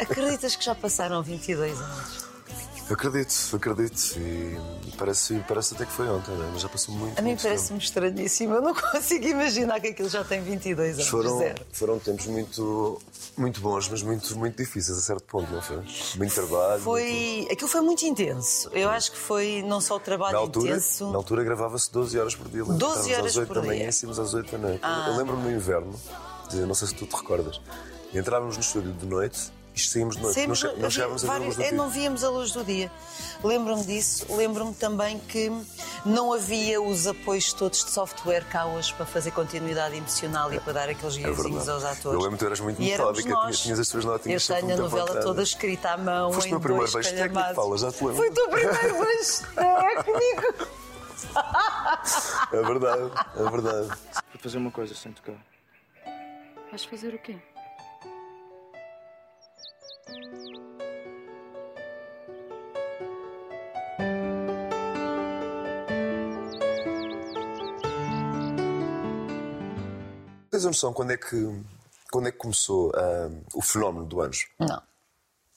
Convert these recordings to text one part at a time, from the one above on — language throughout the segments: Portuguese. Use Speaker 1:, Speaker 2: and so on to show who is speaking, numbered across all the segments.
Speaker 1: Acreditas que já passaram 22 anos?
Speaker 2: Acredito, acredito. E parece, parece até que foi ontem, né? mas já passou muito
Speaker 1: A mim
Speaker 2: muito tempo.
Speaker 1: parece-me estranhíssimo. Eu não consigo imaginar que aquilo já tem 22 anos.
Speaker 2: Foram,
Speaker 1: zero.
Speaker 2: foram tempos muito, muito bons, mas muito, muito difíceis a certo ponto, não foi? Muito trabalho.
Speaker 1: Foi. Aquilo foi muito intenso. Eu acho que foi não só o trabalho
Speaker 2: Na altura,
Speaker 1: intenso.
Speaker 2: na altura gravava-se 12 horas por dia. lembro.
Speaker 1: 12
Speaker 2: Estávamos
Speaker 1: horas
Speaker 2: às 8
Speaker 1: por
Speaker 2: da
Speaker 1: dia. Ah.
Speaker 2: manhã e saímos às 8 da noite. Eu- Eu lembro-me no inverno, de- não sei se tu te recordas, entrávamos no estúdio de noite e saímos de noite.
Speaker 1: Sempre
Speaker 2: não, che- não
Speaker 1: havia
Speaker 2: chegávamos a ver a luz
Speaker 1: vários-
Speaker 2: do
Speaker 1: eh,
Speaker 2: dia.
Speaker 1: não víamos a luz do dia. Lembro-me disso. Lembro-me também que não havia os apoios todos de software cá hoje para fazer continuidade emocional e para dar aqueles
Speaker 2: É verdade.
Speaker 1: guiazinhos aos atores.
Speaker 2: Eu lembro que tu eras muito
Speaker 1: E éramos
Speaker 2: metódica,
Speaker 1: nós.
Speaker 2: tinhas as tuas notinhas
Speaker 1: Eu
Speaker 2: sempre
Speaker 1: tenho a
Speaker 2: muito
Speaker 1: novela
Speaker 2: apontadas.
Speaker 1: toda escrita à mão.
Speaker 2: Foste
Speaker 1: em
Speaker 2: o meu primeiro é
Speaker 1: dois
Speaker 2: beijo técnico,
Speaker 1: calhamaços.
Speaker 2: Paula, já te lembro.
Speaker 1: Foi o teu primeiro beijo técnico.
Speaker 2: É verdade, é verdade.
Speaker 3: Vou fazer uma coisa sem tocar.
Speaker 4: Vais fazer o quê?
Speaker 2: Tens a noção quando é que, quando é que começou ah, o fenómeno do anjo?
Speaker 1: Não.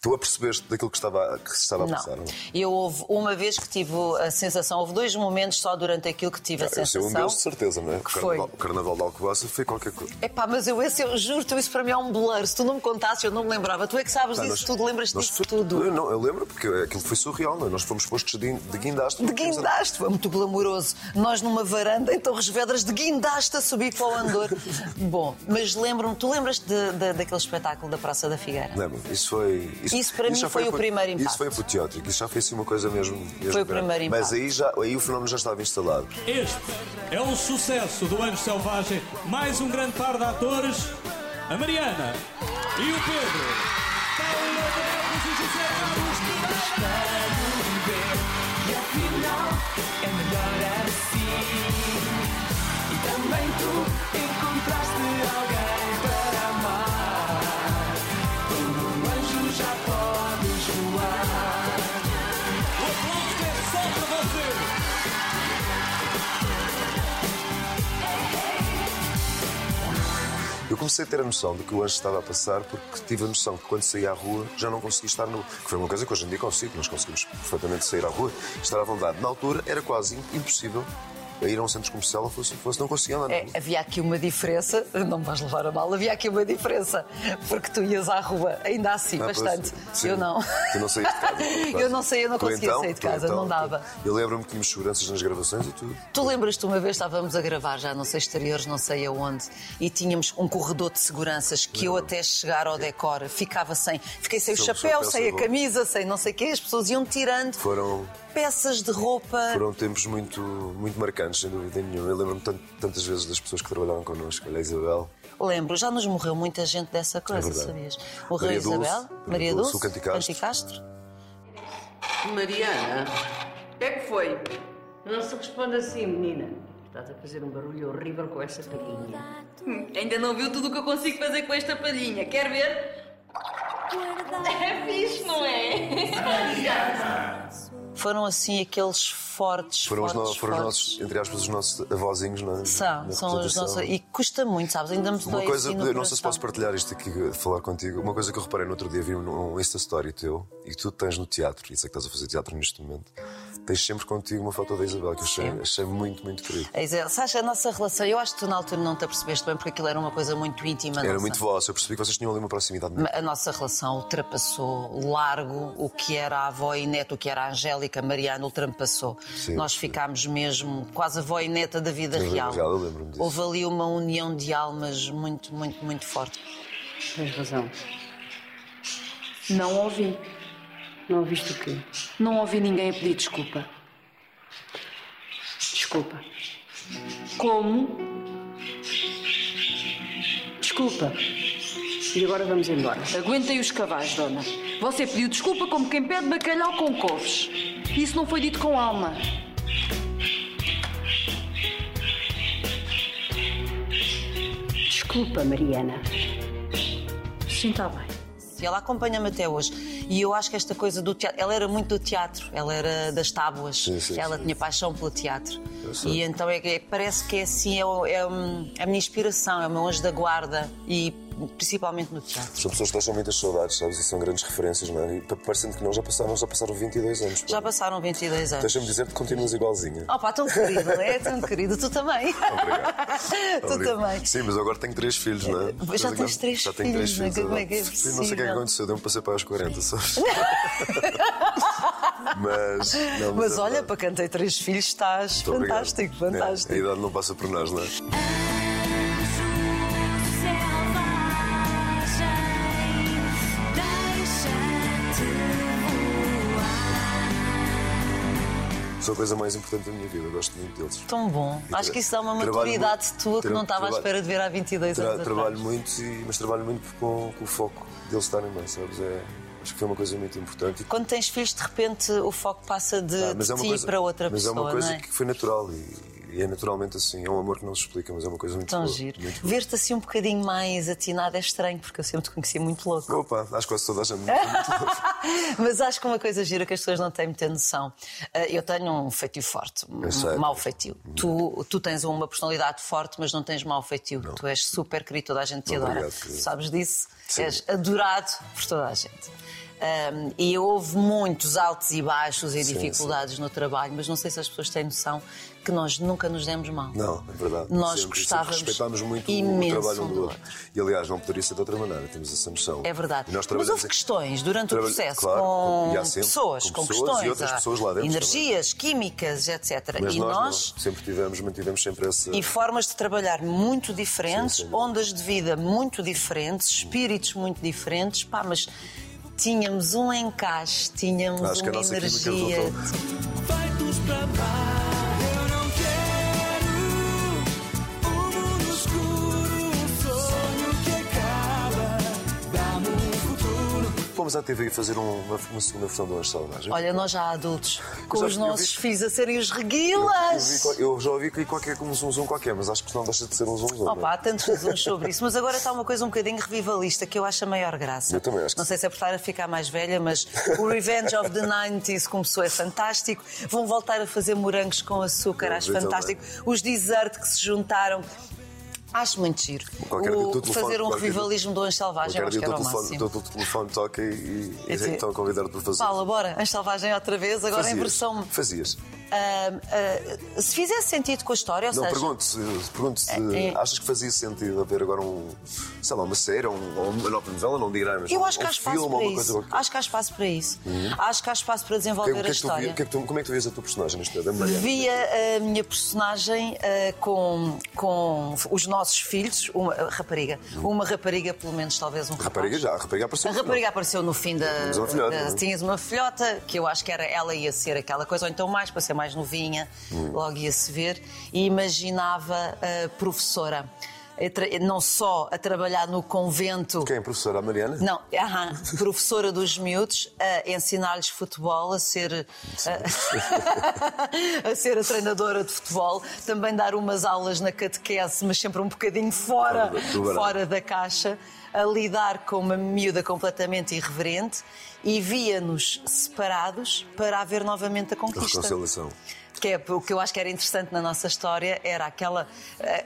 Speaker 2: Tu apercebeste daquilo que, estava, que se estava a é? passar?
Speaker 1: Não. Eu houve uma vez que tive a sensação, houve dois momentos só durante aquilo que tive a
Speaker 2: Eu sei
Speaker 1: sensação.
Speaker 2: um deles, de certeza, não é?
Speaker 1: Que foi?
Speaker 2: o carnaval, o carnaval de Alcobaça foi qualquer coisa.
Speaker 1: Epá, mas eu, esse, eu juro-te, isso para mim é um blur. Se tu não me contasses, eu não me lembrava. Tu é que sabes
Speaker 2: Pá,
Speaker 1: disso
Speaker 2: nós-
Speaker 1: tudo, lembras
Speaker 2: nós
Speaker 1: disso
Speaker 2: fomos-
Speaker 1: tudo.
Speaker 2: Eu, não, eu lembro porque aquilo foi surreal, não é? Nós fomos postos de, de guindaste.
Speaker 1: De guindaste, foi muito glamouroso. Nós numa varanda em Torres Vedras, de guindaste a subir para o andor. Bom, mas lembro-me, tu lembras-te de- de- daquele espetáculo da Praça da Figueira?
Speaker 2: Lembro, isso foi.
Speaker 1: Isso para mim
Speaker 2: já
Speaker 1: foi o
Speaker 2: apo-
Speaker 1: primeiro impacto.
Speaker 2: Isso foi apoteótico, isso já foi assim uma coisa mesmo. mesmo
Speaker 1: Foi o
Speaker 2: grande.
Speaker 1: primeiro
Speaker 2: Mas
Speaker 1: impacto.
Speaker 2: aí, já, aí o fenómeno já estava instalado.
Speaker 5: Este é o sucesso do Anjo Selvagem. Mais um grande par de atores, a Mariana e o Pedro. Paulo Barros e José Carlos Pereira. é assim. O aplauso é só para você.
Speaker 2: Eu comecei a ter a noção de que o anjo estava a passar porque tive a noção que quando saí à rua já não consegui estar no. Que foi uma coisa que hoje em dia consigo, nós conseguimos perfeitamente sair à rua, estar à vontade. Na altura era quase impossível ir a um centro comercial ou fosse, fosse não conseguia andar.
Speaker 1: É, havia aqui uma diferença, não me vais levar a mal, havia aqui uma diferença, porque tu ias à rua, ainda assim,
Speaker 2: Ah, pois,
Speaker 1: bastante.
Speaker 2: sim.
Speaker 1: Eu não.
Speaker 2: Tu não saíste de casa.
Speaker 1: Eu não saía, eu não
Speaker 2: Tu
Speaker 1: conseguia
Speaker 2: então,
Speaker 1: sair de
Speaker 2: tu
Speaker 1: casa,
Speaker 2: então,
Speaker 1: não
Speaker 2: tu-
Speaker 1: dava.
Speaker 2: Eu lembro-me que tínhamos seguranças nas gravações e tudo.
Speaker 1: Tu lembras-te uma vez estávamos a gravar já, não sei exteriores, não sei aonde, e tínhamos um corredor de seguranças que eu até chegar ao decor ficava sem. Fiquei sem o
Speaker 2: Sem o
Speaker 1: chapéu,
Speaker 2: chapéu,
Speaker 1: sem
Speaker 2: sem
Speaker 1: a
Speaker 2: roupa.
Speaker 1: camisa, sem não sei o quê, as pessoas iam tirando
Speaker 2: Foram,
Speaker 1: peças de roupa.
Speaker 2: foram tempos muito, muito marcantes, sem dúvida nenhuma. Eu lembro-me tant- tantas vezes das pessoas que trabalhavam connosco. Olha, a Isabel,
Speaker 1: Lembro, já nos morreu muita gente dessa coisa,
Speaker 2: É verdade.
Speaker 1: sabias? Morreu
Speaker 2: Maria Dulce,
Speaker 1: Isabel,
Speaker 2: Maria
Speaker 1: Maria
Speaker 2: Dulce,
Speaker 1: Dulce,
Speaker 2: o Canticastro.
Speaker 6: Mariana, o que é que foi? Não se responde assim, menina. Estás a fazer um barulho horrível com essa palhinha.
Speaker 7: Hum, Ainda não viu tudo o que eu consigo fazer com esta palhinha. Quer ver? É fixe, não é?
Speaker 1: Foram assim aqueles fortes,
Speaker 2: foram, os,
Speaker 1: fortes,
Speaker 2: no- foram os
Speaker 1: fortes.
Speaker 2: nossos, entre aspas, os nossos avózinhos, não é?
Speaker 1: São,
Speaker 2: Na
Speaker 1: são os
Speaker 2: representação.
Speaker 1: nossos. E custa muito, sabes? Ainda me
Speaker 2: Uma
Speaker 1: dói
Speaker 2: coisa,
Speaker 1: assim no
Speaker 2: eu não sei se
Speaker 1: coração.
Speaker 2: posso partilhar isto aqui, falar contigo. Uma coisa que eu reparei no outro dia, vi um, um Insta Story teu e que tu tens no teatro, e sei que estás a fazer teatro neste momento. Tens sempre contigo uma foto da Isabel que eu achei, achei muito, muito querido.
Speaker 1: É, Isabel, Sabes, a nossa relação, eu acho que tu na altura não te apercebeste bem porque aquilo era uma coisa muito íntima.
Speaker 2: Era
Speaker 1: nossa.
Speaker 2: muito vossa, eu percebi que vocês tinham ali uma proximidade.
Speaker 1: Ma- A nossa relação ultrapassou largo o que era a avó e neta, o que era a Angélica, a Mariana, ultrapassou.
Speaker 2: Sim,
Speaker 1: Nós
Speaker 2: sim.
Speaker 1: ficámos mesmo quase avó e neta da vida
Speaker 2: Da vida
Speaker 1: real.
Speaker 2: real, eu lembro-me disso.
Speaker 1: Houve ali uma união de almas muito, muito, muito forte.
Speaker 6: Tens razão.
Speaker 4: Não ouvi.
Speaker 6: Não ouviste o quê?
Speaker 4: Não ouvi ninguém a pedir desculpa.
Speaker 6: Desculpa.
Speaker 4: Como?
Speaker 6: Desculpa. E agora vamos embora.
Speaker 4: Aguentem os cavais, dona. Você pediu desculpa como quem pede bacalhau com couves. Isso não foi dito com alma.
Speaker 6: Desculpa, Mariana.
Speaker 4: Sim, está bem.
Speaker 1: E ela acompanha-me até hoje. E eu acho que esta coisa do teatro. Ela era muito do teatro, ela era das tábuas,
Speaker 2: Sim, sim,
Speaker 1: ela
Speaker 2: sim.
Speaker 1: tinha paixão pelo teatro.
Speaker 2: Eu sei.
Speaker 1: E então é, que- parece que é assim, é, o- é, hum, a minha inspiração, é o meu anjo da guarda. E principalmente no teatro.
Speaker 2: São pessoas que deixam muitas saudades, sabes? E são grandes referências, não é? E pa- parecendo que não, já passaram, já passaram 22 anos. pá.
Speaker 1: Já passaram 22 anos.
Speaker 2: Deixa-me dizer que continuas igualzinha.
Speaker 1: Oh pá, tão querido, é tão querido. Tu também. tu
Speaker 2: Obrigado.
Speaker 1: também.
Speaker 2: Sim, mas agora tenho três filhos, não é?
Speaker 1: Mas já
Speaker 2: Depois
Speaker 1: tens
Speaker 2: agora-
Speaker 1: três
Speaker 2: já tenho três
Speaker 1: filhos, não é?
Speaker 2: filhos.
Speaker 1: Como é que é
Speaker 2: agora. Sim, Não sei o que é que
Speaker 1: possível?
Speaker 2: aconteceu, deu-me para ser para aos 40, sabes? mas. não,
Speaker 1: Mas
Speaker 2: é
Speaker 1: olha,
Speaker 2: verdade.
Speaker 1: para quem tem três filhos, estás
Speaker 2: Muito obrigado.
Speaker 1: fantástico,
Speaker 2: É,
Speaker 1: fantástico.
Speaker 2: a idade não passa por nós, não é?
Speaker 3: selvagem, deixa-te voar.
Speaker 2: São a coisa mais importante da minha vida, eu gosto muito deles.
Speaker 1: Tão bom.
Speaker 2: E
Speaker 1: Acho
Speaker 2: tra-
Speaker 1: que isso dá uma
Speaker 2: trabalho
Speaker 1: maturidade
Speaker 2: muito-
Speaker 1: tua que
Speaker 2: tra-
Speaker 1: não estava à
Speaker 2: trabalho-
Speaker 1: espera de ver há 22
Speaker 2: Tra-
Speaker 1: anos.
Speaker 2: trabalho
Speaker 1: atrás.
Speaker 2: muito, e- mas trabalho muito com, com o foco deles estarem bem, sabes? É, acho que foi uma coisa muito importante. E-
Speaker 1: Quando tens filhos, de repente o foco passa de,
Speaker 2: Ah,
Speaker 1: de ti para outra
Speaker 2: mas
Speaker 1: pessoa,
Speaker 2: é uma coisa
Speaker 1: não é?
Speaker 2: que foi natural e, e é naturalmente assim. É um amor que não se explica, mas é uma coisa muito
Speaker 1: Tão
Speaker 2: boa,
Speaker 1: giro.
Speaker 2: muito boa.
Speaker 1: Ver-te assim um bocadinho mais atinado é estranho, porque eu sempre te conhecia muito louco.
Speaker 2: Opa, acho que quase toda a gente. muito-
Speaker 1: Mas acho que uma coisa gira que as pessoas não têm muita noção. eh, Eu tenho um feitio forte, um
Speaker 2: sei.
Speaker 1: mau feitio. Tu, tu tens uma personalidade forte, mas não tens mau feitio. Tu és super querido, toda a gente te adora.
Speaker 2: Obrigado,
Speaker 1: Tu
Speaker 2: querido.
Speaker 1: sabes disso?
Speaker 2: Sim.
Speaker 1: És adorado por toda a gente. Ahm, e houve muitos altos e baixos e
Speaker 2: Sim,
Speaker 1: dificuldades no trabalho, mas não sei se as pessoas têm noção que nós nunca nos demos mal.
Speaker 2: Não, é verdade.
Speaker 1: Nós
Speaker 2: Sempre- sempre
Speaker 1: gostávamos
Speaker 2: respeitámos muito o
Speaker 1: imenso
Speaker 2: trabalho um
Speaker 1: um
Speaker 2: do
Speaker 1: do
Speaker 2: outro. E aliás, não poderia ser de outra maneira, temos essa noção.
Speaker 1: É verdade.
Speaker 2: E nós
Speaker 1: Mas
Speaker 2: trabalhamos
Speaker 1: houve
Speaker 2: em-
Speaker 1: questões durante o
Speaker 2: Trabalho-
Speaker 1: processo
Speaker 2: claro,
Speaker 1: com,
Speaker 2: e há sempre,
Speaker 1: pessoas,
Speaker 2: com
Speaker 1: com,
Speaker 2: pessoas
Speaker 1: questões,
Speaker 2: e outras
Speaker 1: há
Speaker 2: pessoas lá dentro
Speaker 1: energias, químicas, etc.
Speaker 2: Mas
Speaker 1: e
Speaker 2: nós,
Speaker 1: nós,
Speaker 2: não. sempre tivemos, mantivemos sempre essa.
Speaker 1: e formas de trabalhar muito diferentes,
Speaker 2: Sim, sim.
Speaker 1: ondas de vida muito diferentes, espíritos muito diferentes, pá, mas tínhamos um encaixe, tínhamos
Speaker 2: Acho que a
Speaker 1: uma
Speaker 2: nossa química
Speaker 1: energia.
Speaker 2: resultou.
Speaker 8: feitos pra mar. Eu não quero um mundo escuro, um sonho que acaba. Dá-me um futuro.
Speaker 2: Fomos à TV fazer um- uma, uma segunda versão do Anjo Selvagem.
Speaker 1: Olha, nós já adultos, com
Speaker 2: já
Speaker 1: os
Speaker 2: vi- eu
Speaker 1: nossos
Speaker 2: vi-
Speaker 1: filhos a serem os
Speaker 2: Eu, vi
Speaker 1: reguilas.
Speaker 2: qual- eu já ouvi que qualquer um zum zum qualquer, mas acho que não deixa de ser um zum zum. não
Speaker 1: Opa,
Speaker 2: é?
Speaker 1: há tantos resumos sobre isso, mas agora está uma coisa um bocadinho revivalista que eu acho a maior graça.
Speaker 2: Eu também acho que
Speaker 1: Não sei se é por estar a ficar mais velha, mas o Revenge of the 90s começou, é fantástico. Vão voltar a fazer morangos com açúcar,
Speaker 2: Eu
Speaker 1: acho
Speaker 2: vi
Speaker 1: fantástico. Os dessert que se juntaram. Acho muito giro.
Speaker 2: Qualquer-
Speaker 1: O-
Speaker 2: do telefone-
Speaker 1: fazer um
Speaker 2: qualquer-
Speaker 1: revivalismo do Anjo Selvagem, eu
Speaker 2: Qualquer
Speaker 1: acho
Speaker 2: dia
Speaker 1: que
Speaker 2: o
Speaker 1: era
Speaker 2: teu
Speaker 1: o
Speaker 2: telefone,
Speaker 1: máximo.
Speaker 2: o teu telefone toca e, e, e
Speaker 1: Eu sei.
Speaker 2: então convidar-te para fazer.
Speaker 1: Paulo, bora, Anjo Selvagem outra vez, agora em versão.
Speaker 2: Fazias.
Speaker 1: Ah, ah, se fizesse sentido com a história, ou
Speaker 2: Não,
Speaker 1: seja,
Speaker 2: pergunto se, pergunto se
Speaker 1: É, é.
Speaker 2: achas que fazia sentido haver agora um, sei lá, uma série ou, um, ou uma nova novela, não direi, mas
Speaker 1: Eu
Speaker 2: um,
Speaker 1: acho que
Speaker 2: um
Speaker 1: há espaço
Speaker 2: filme,
Speaker 1: para
Speaker 2: uma coisa
Speaker 1: isso.
Speaker 2: qualquer.
Speaker 1: Acho que há espaço para isso. Acho que há espaço para
Speaker 2: Que-
Speaker 1: desenvolver
Speaker 2: o que
Speaker 1: a
Speaker 2: é que tu é vi-
Speaker 1: história.
Speaker 2: o que é que tu- Como é que tu vias a tua personagem neste momento? A Mariana?
Speaker 1: Via a minha personagem ah, com, com os nossos filhos, uma ah, rapariga, uma rapariga, pelo menos, talvez um
Speaker 2: Uhum. Rapariga
Speaker 1: rapaz.
Speaker 2: já, a rapariga apareceu.
Speaker 1: A rapariga apareceu no fim da.
Speaker 2: Tínhamos uma filhota,
Speaker 1: da-
Speaker 2: não é?
Speaker 1: Tinhas uma filhota, que eu acho que era ela ia ser aquela coisa, ou então mais, para ser mais novinha,
Speaker 2: Uhum.
Speaker 1: logo ia-se ver. E imaginava a professora, a tra- não só a trabalhar no convento.
Speaker 2: Quem? A professora? A Mariana?
Speaker 1: Não, aham, professora dos miúdos, a ensinar-lhes futebol, a ser, a, a ser a treinadora de futebol, também dar umas aulas na catequese, mas sempre um bocadinho fora,
Speaker 2: Fora da- do barato.
Speaker 1: fora da caixa, a lidar com uma miúda completamente irreverente e via-nos separados para haver novamente a
Speaker 2: A
Speaker 1: conquista.
Speaker 2: reconciliação.
Speaker 1: Que é, o que eu acho que era interessante na nossa história era aquela,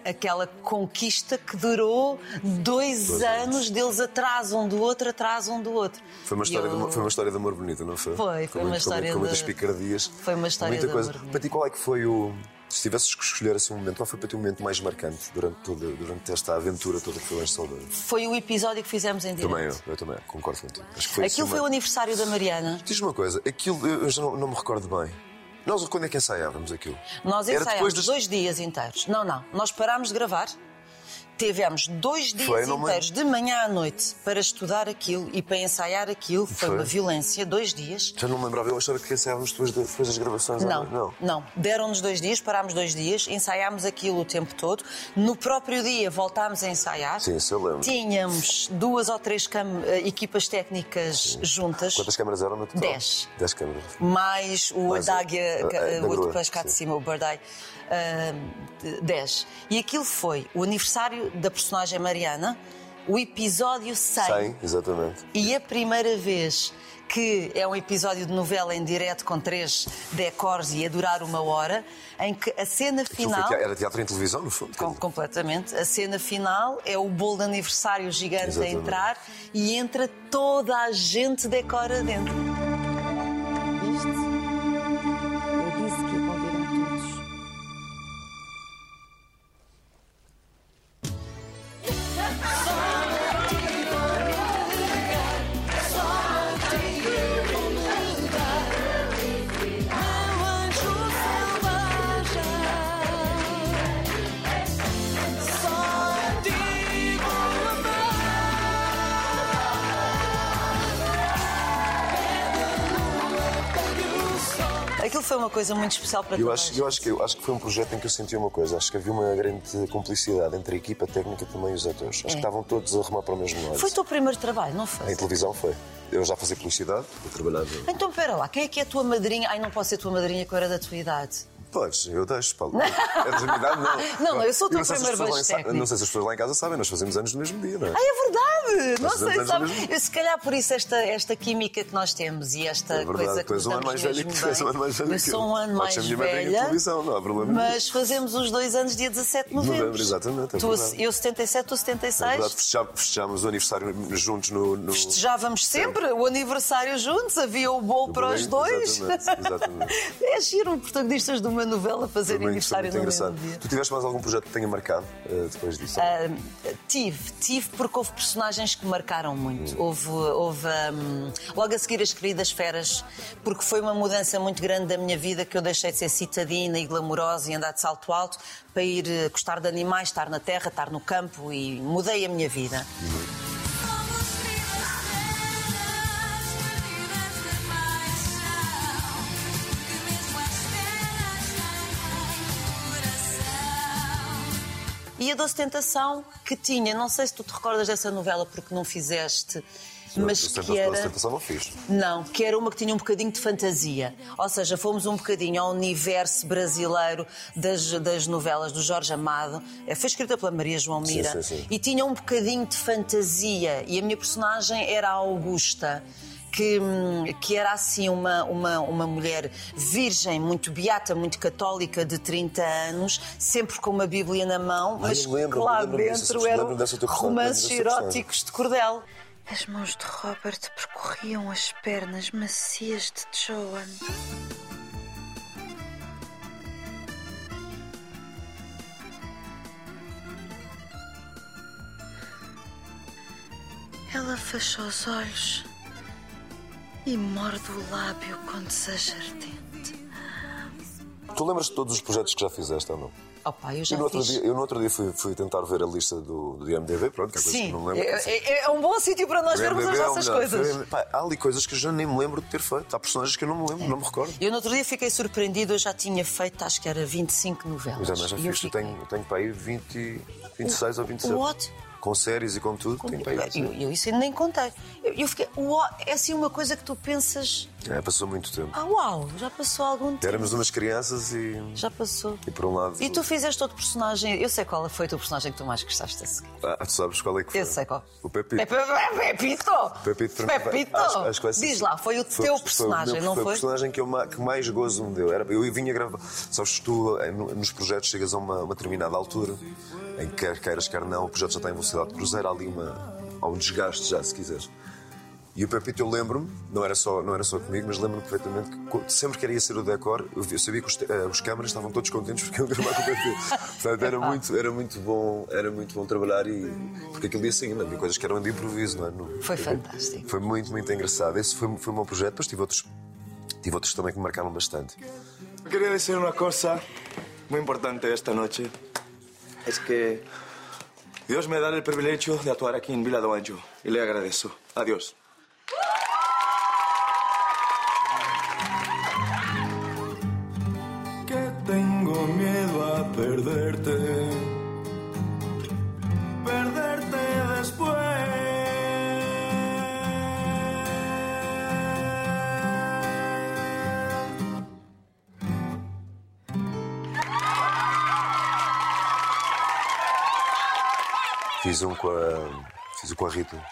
Speaker 1: a- aquela conquista que durou dois,
Speaker 2: Dois anos.
Speaker 1: anos, deles atrás um do outro, atrás um do outro.
Speaker 2: Foi uma,
Speaker 1: E
Speaker 2: história
Speaker 1: eu-
Speaker 2: de, amor- foi uma história de amor bonita, não foi?
Speaker 1: Foi, foi
Speaker 2: Com
Speaker 1: uma
Speaker 2: muito- com
Speaker 1: história
Speaker 2: muito- Com muitas
Speaker 1: de-
Speaker 2: picardias.
Speaker 1: Foi uma história
Speaker 2: muita
Speaker 1: de
Speaker 2: coisa.
Speaker 1: amor bonita.
Speaker 2: Para ti, qual é que foi o. Se tivesses que escolher assim um momento, qual foi para ti o momento mais marcante durante, toda, durante esta aventura toda que foi o Anjo Salvador?
Speaker 1: Foi o episódio que fizemos em direto.
Speaker 2: Também eu, eu também, concordo contigo. Acho que assim
Speaker 1: Aquilo foi o
Speaker 2: uma-
Speaker 1: aniversário da Mariana.
Speaker 2: Diz-me uma coisa, aquilo eu eu já não, não me recordo bem. Nós quando é que ensaiávamos aquilo?
Speaker 1: Nós
Speaker 2: Era depois
Speaker 1: ensaiámos
Speaker 2: dos-
Speaker 1: dois dias inteiros. Não, não. Nós parámos de gravar. Tivemos dois dias
Speaker 2: Foi, não me-
Speaker 1: inteiros, de manhã à noite, para estudar aquilo e para ensaiar aquilo. Foi,
Speaker 2: Foi.
Speaker 1: uma violência, dois dias.
Speaker 2: Já não me lembrava, eu achava que ensaiávamos depois, de- depois das gravações.
Speaker 1: Não,
Speaker 2: não.
Speaker 1: não. Deram-nos dois dias, parámos dois dias, ensaiámos aquilo o tempo todo. No próprio dia voltámos a ensaiar.
Speaker 2: Sim, isso eu lembro.
Speaker 1: Tínhamos duas ou três cam- eh, equipas técnicas juntas.
Speaker 2: Quantas câmaras eram no total?
Speaker 1: Dez.
Speaker 2: Dez câmaras.
Speaker 1: Mais o
Speaker 2: Mais o-
Speaker 1: Adáguia,
Speaker 2: a-
Speaker 1: ca-
Speaker 2: a- da
Speaker 1: o outro
Speaker 2: grua,
Speaker 1: para cá de
Speaker 2: sim.
Speaker 1: cima, o Bardai, ahm, 10. E aquilo foi o aniversário da personagem Mariana, o episódio 100.
Speaker 2: Cem, exatamente.
Speaker 1: E a primeira vez que é um episódio de novela em direto com três decors e a durar uma hora, em que a cena
Speaker 2: Aquilo foi é-
Speaker 1: final.
Speaker 2: te- Era teatro em televisão, no fundo.
Speaker 1: Com- completamente. A cena final é o bolo de aniversário gigante
Speaker 2: Exatamente.
Speaker 1: a entrar e entra toda a gente decora dentro.
Speaker 3: Viste? Eu disse que ia convidar todos.
Speaker 1: Aquilo foi uma coisa muito especial para
Speaker 2: Eu
Speaker 1: toda a
Speaker 2: acho,
Speaker 1: gente.
Speaker 2: eu, acho que, eu acho que foi um projeto em que eu senti uma coisa. Acho que havia uma grande cumplicidade entre a equipa técnica e também os atores. Acho que estavam todos a remar para o mesmo lado.
Speaker 1: É. Foi o teu primeiro trabalho, não foi?
Speaker 2: Em televisão foi. Eu já fazia publicidade, eu trabalhava.
Speaker 1: Então, pera lá, quem é que é a tua madrinha? Ai, não posso ser tua madrinha, que eu era da tua idade.
Speaker 2: Podes, eu deixo, Paulo. É desabilidade, não.
Speaker 1: Não, não, eu sou o teu
Speaker 2: não sei se as
Speaker 1: primeiro
Speaker 2: pessoas
Speaker 1: beijo
Speaker 2: lá em sa-
Speaker 1: técnico.
Speaker 2: Não sei se as pessoas lá em casa sabem, nós fazemos anos no mesmo dia, não é?
Speaker 1: Ai, é verdade!
Speaker 2: Nós
Speaker 1: Não
Speaker 2: fizemos
Speaker 1: sei,
Speaker 2: anos
Speaker 1: sabe?
Speaker 2: mesmo.
Speaker 1: Eu, se calhar por isso esta, esta química que nós temos e esta
Speaker 2: É verdade,
Speaker 1: coisa que
Speaker 2: tu és
Speaker 1: nos
Speaker 2: um ano
Speaker 1: damos
Speaker 2: mais velha
Speaker 1: mesmo
Speaker 2: que- tu és
Speaker 1: bem.
Speaker 2: um ano mais velha
Speaker 1: Eu
Speaker 2: que
Speaker 1: sou
Speaker 2: eu.
Speaker 1: um ano
Speaker 2: Podes
Speaker 1: mais
Speaker 2: ser minha madrinha de
Speaker 1: velha.
Speaker 2: televisão, não há problema nenhum.
Speaker 1: Mas fazemos os dois anos dia 17 de novembro.
Speaker 2: Novembro, exatamente, é
Speaker 1: Tu a-
Speaker 2: verdade.
Speaker 1: eu 77, tu
Speaker 2: É
Speaker 1: 76.
Speaker 2: verdade, festeja- festejámos o aniversário juntos no. no...
Speaker 1: Festejávamos sempre o aniversário juntos, havia o bolo
Speaker 2: No
Speaker 1: para os
Speaker 2: bolo,
Speaker 1: dois.
Speaker 2: exatamente, exatamente.
Speaker 1: é giro protagonistas de uma novela fazer
Speaker 2: Foi muito, foi
Speaker 1: aniversário
Speaker 2: muito é
Speaker 1: no
Speaker 2: engraçado.
Speaker 1: mesmo dia. Ah,
Speaker 2: Tu tiveste mais algum projeto que tenha marcado eh, depois disso?
Speaker 1: Tive, tive porque houve personagens que marcaram muito. Houve, houve hum, logo a seguir as queridas feras, porque foi uma mudança muito grande da minha vida que eu deixei de ser citadina e glamourosa e andar de salto alto para ir eh, gostar de animais, estar na terra, estar no campo e mudei a minha vida. E a Doce Tentação que tinha, não sei se tu te recordas dessa novela porque não fizeste, mas
Speaker 2: eu
Speaker 1: que era.
Speaker 2: Tentação não fiz.
Speaker 1: Não, que era uma que tinha um bocadinho de fantasia. Ou seja, fomos um bocadinho ao universo brasileiro das, das novelas do Jorge Amado. Eh, Foi escrita pela Maria João Mira.
Speaker 2: sim, sim.
Speaker 1: E tinha um bocadinho de fantasia. E a minha personagem era a Augusta. Que, hum, que era assim uma, uma, uma mulher virgem, muito beata, muito católica, de 30 anos, sempre com uma Bíblia na mão,
Speaker 2: Ai,
Speaker 1: mas
Speaker 2: eu lembro,
Speaker 1: que lá
Speaker 2: eu lembro-me dessa-
Speaker 1: dentro
Speaker 2: lembro-me
Speaker 1: eram
Speaker 2: dessa tua personagem,
Speaker 1: romances
Speaker 2: lembro-me dessa
Speaker 1: eróticos de cordel.
Speaker 3: As mãos de Robert percorriam as pernas macias de Joan. Ela fecha os olhos e morde o lábio com desejo ardente.
Speaker 2: Tu lembras de todos os projetos que já fizeste ou não?
Speaker 1: Opa, eu já
Speaker 2: Eu no outro
Speaker 1: fiz.
Speaker 2: dia, eu no outro dia fui, fui tentar ver a lista do, do IMDB, pronto, que é coisa que
Speaker 1: Sim,
Speaker 2: não me lembro.
Speaker 1: é, é- é um bom sítio para nós
Speaker 2: O IMDb
Speaker 1: vermos as
Speaker 2: é o
Speaker 1: nossas
Speaker 2: melhor.
Speaker 1: coisas.
Speaker 2: Pá, há ali coisas que eu já nem me lembro de ter feito. Há personagens que eu não me lembro, não me recordo.
Speaker 1: Eu no outro dia fiquei surpreendido, eu já tinha feito, acho que era 25
Speaker 2: Eu
Speaker 1: novelas.
Speaker 2: já, é, mas um já
Speaker 1: E eu
Speaker 2: fiz, eu
Speaker 1: fiquei-
Speaker 2: tenho, eu tenho para aí 20, 26 ou 27.
Speaker 1: What?
Speaker 2: Com séries e com tudo, tenho para aí.
Speaker 1: Eu, eu isso ainda nem contei. Eu, eu fiquei, uau, é assim uma coisa que tu pensas,
Speaker 2: É, passou muito tempo.
Speaker 1: ah uau, já passou algum tempo.
Speaker 2: Éramos umas crianças e,
Speaker 1: Já passou.
Speaker 2: e por um lado.
Speaker 1: E tu fizeste outro personagem, eu sei qual foi o teu personagem que tu mais gostaste a seguir.
Speaker 2: Ah, tu sabes qual é que foi?
Speaker 1: Eu sei qual.
Speaker 2: O Pepito.
Speaker 1: É Pe- Pe- Pepito!
Speaker 2: Pepito, para mim,
Speaker 1: Pepito!
Speaker 2: acho- acho que vai ser-
Speaker 1: Diz lá, foi o teu
Speaker 2: foi o
Speaker 1: personagem,
Speaker 2: meu-
Speaker 1: não
Speaker 2: Foi o
Speaker 1: foi?
Speaker 2: personagem que, eu, ma- que mais gozo me deu. Era, eu vinha gravar. Sabes, tu eh, no- nos projetos chegas a uma, uma determinada altura, em que quer queiras, quer não, o projeto já está em velocidade de cruzeiro, há ali uma, há um desgaste já, se quiseres. E o Pepito, eu lembro-me, não, era só- não era só comigo, mas lembro-me perfeitamente que co- sempre queria ser o decor, eu vi- eu sabia que os, te- eh, os câmaras estavam todos contentes porque eu gravava com o Pepito. Portanto, era muito, era, muito bom, era muito bom trabalhar e. Porque aquele dia seguinte, havia coisas que eram de improviso, não é? Não-
Speaker 1: Foi fantástico.
Speaker 2: foi muito, muito engraçado. Esse foi, foi o meu projeto, depois tive outros, tive outros também que me marcaram bastante.
Speaker 9: Quería decir una cosa muy importante esta noche. Es que Dios me da el privilegio de actuar aquí en Vila do Anjo y le agradezco. Adiós.
Speaker 8: que tengo miedo a perderte. Perderte después.
Speaker 2: Fiz um com a, Fiz o com a Rita.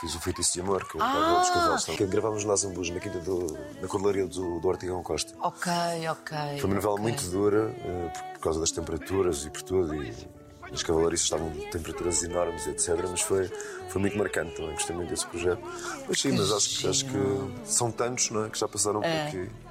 Speaker 2: Fiz o feitiço de amor, que é o ah. dos cavalos. Que gravámos na Zambuja, na quinta do, na cordelaria do, do Ortigão Costa.
Speaker 1: Ok, ok.
Speaker 2: Foi uma novela
Speaker 1: ok.
Speaker 2: muito dura, eh, por, por causa das temperaturas e por tudo. E as cavalariças estavam em temperaturas enormes, etc. Mas foi, foi muito marcante também. Gostei muito desse projeto. Mas sim, mas acho, que- acho que são tantos, não é? Que já passaram por aqui. que-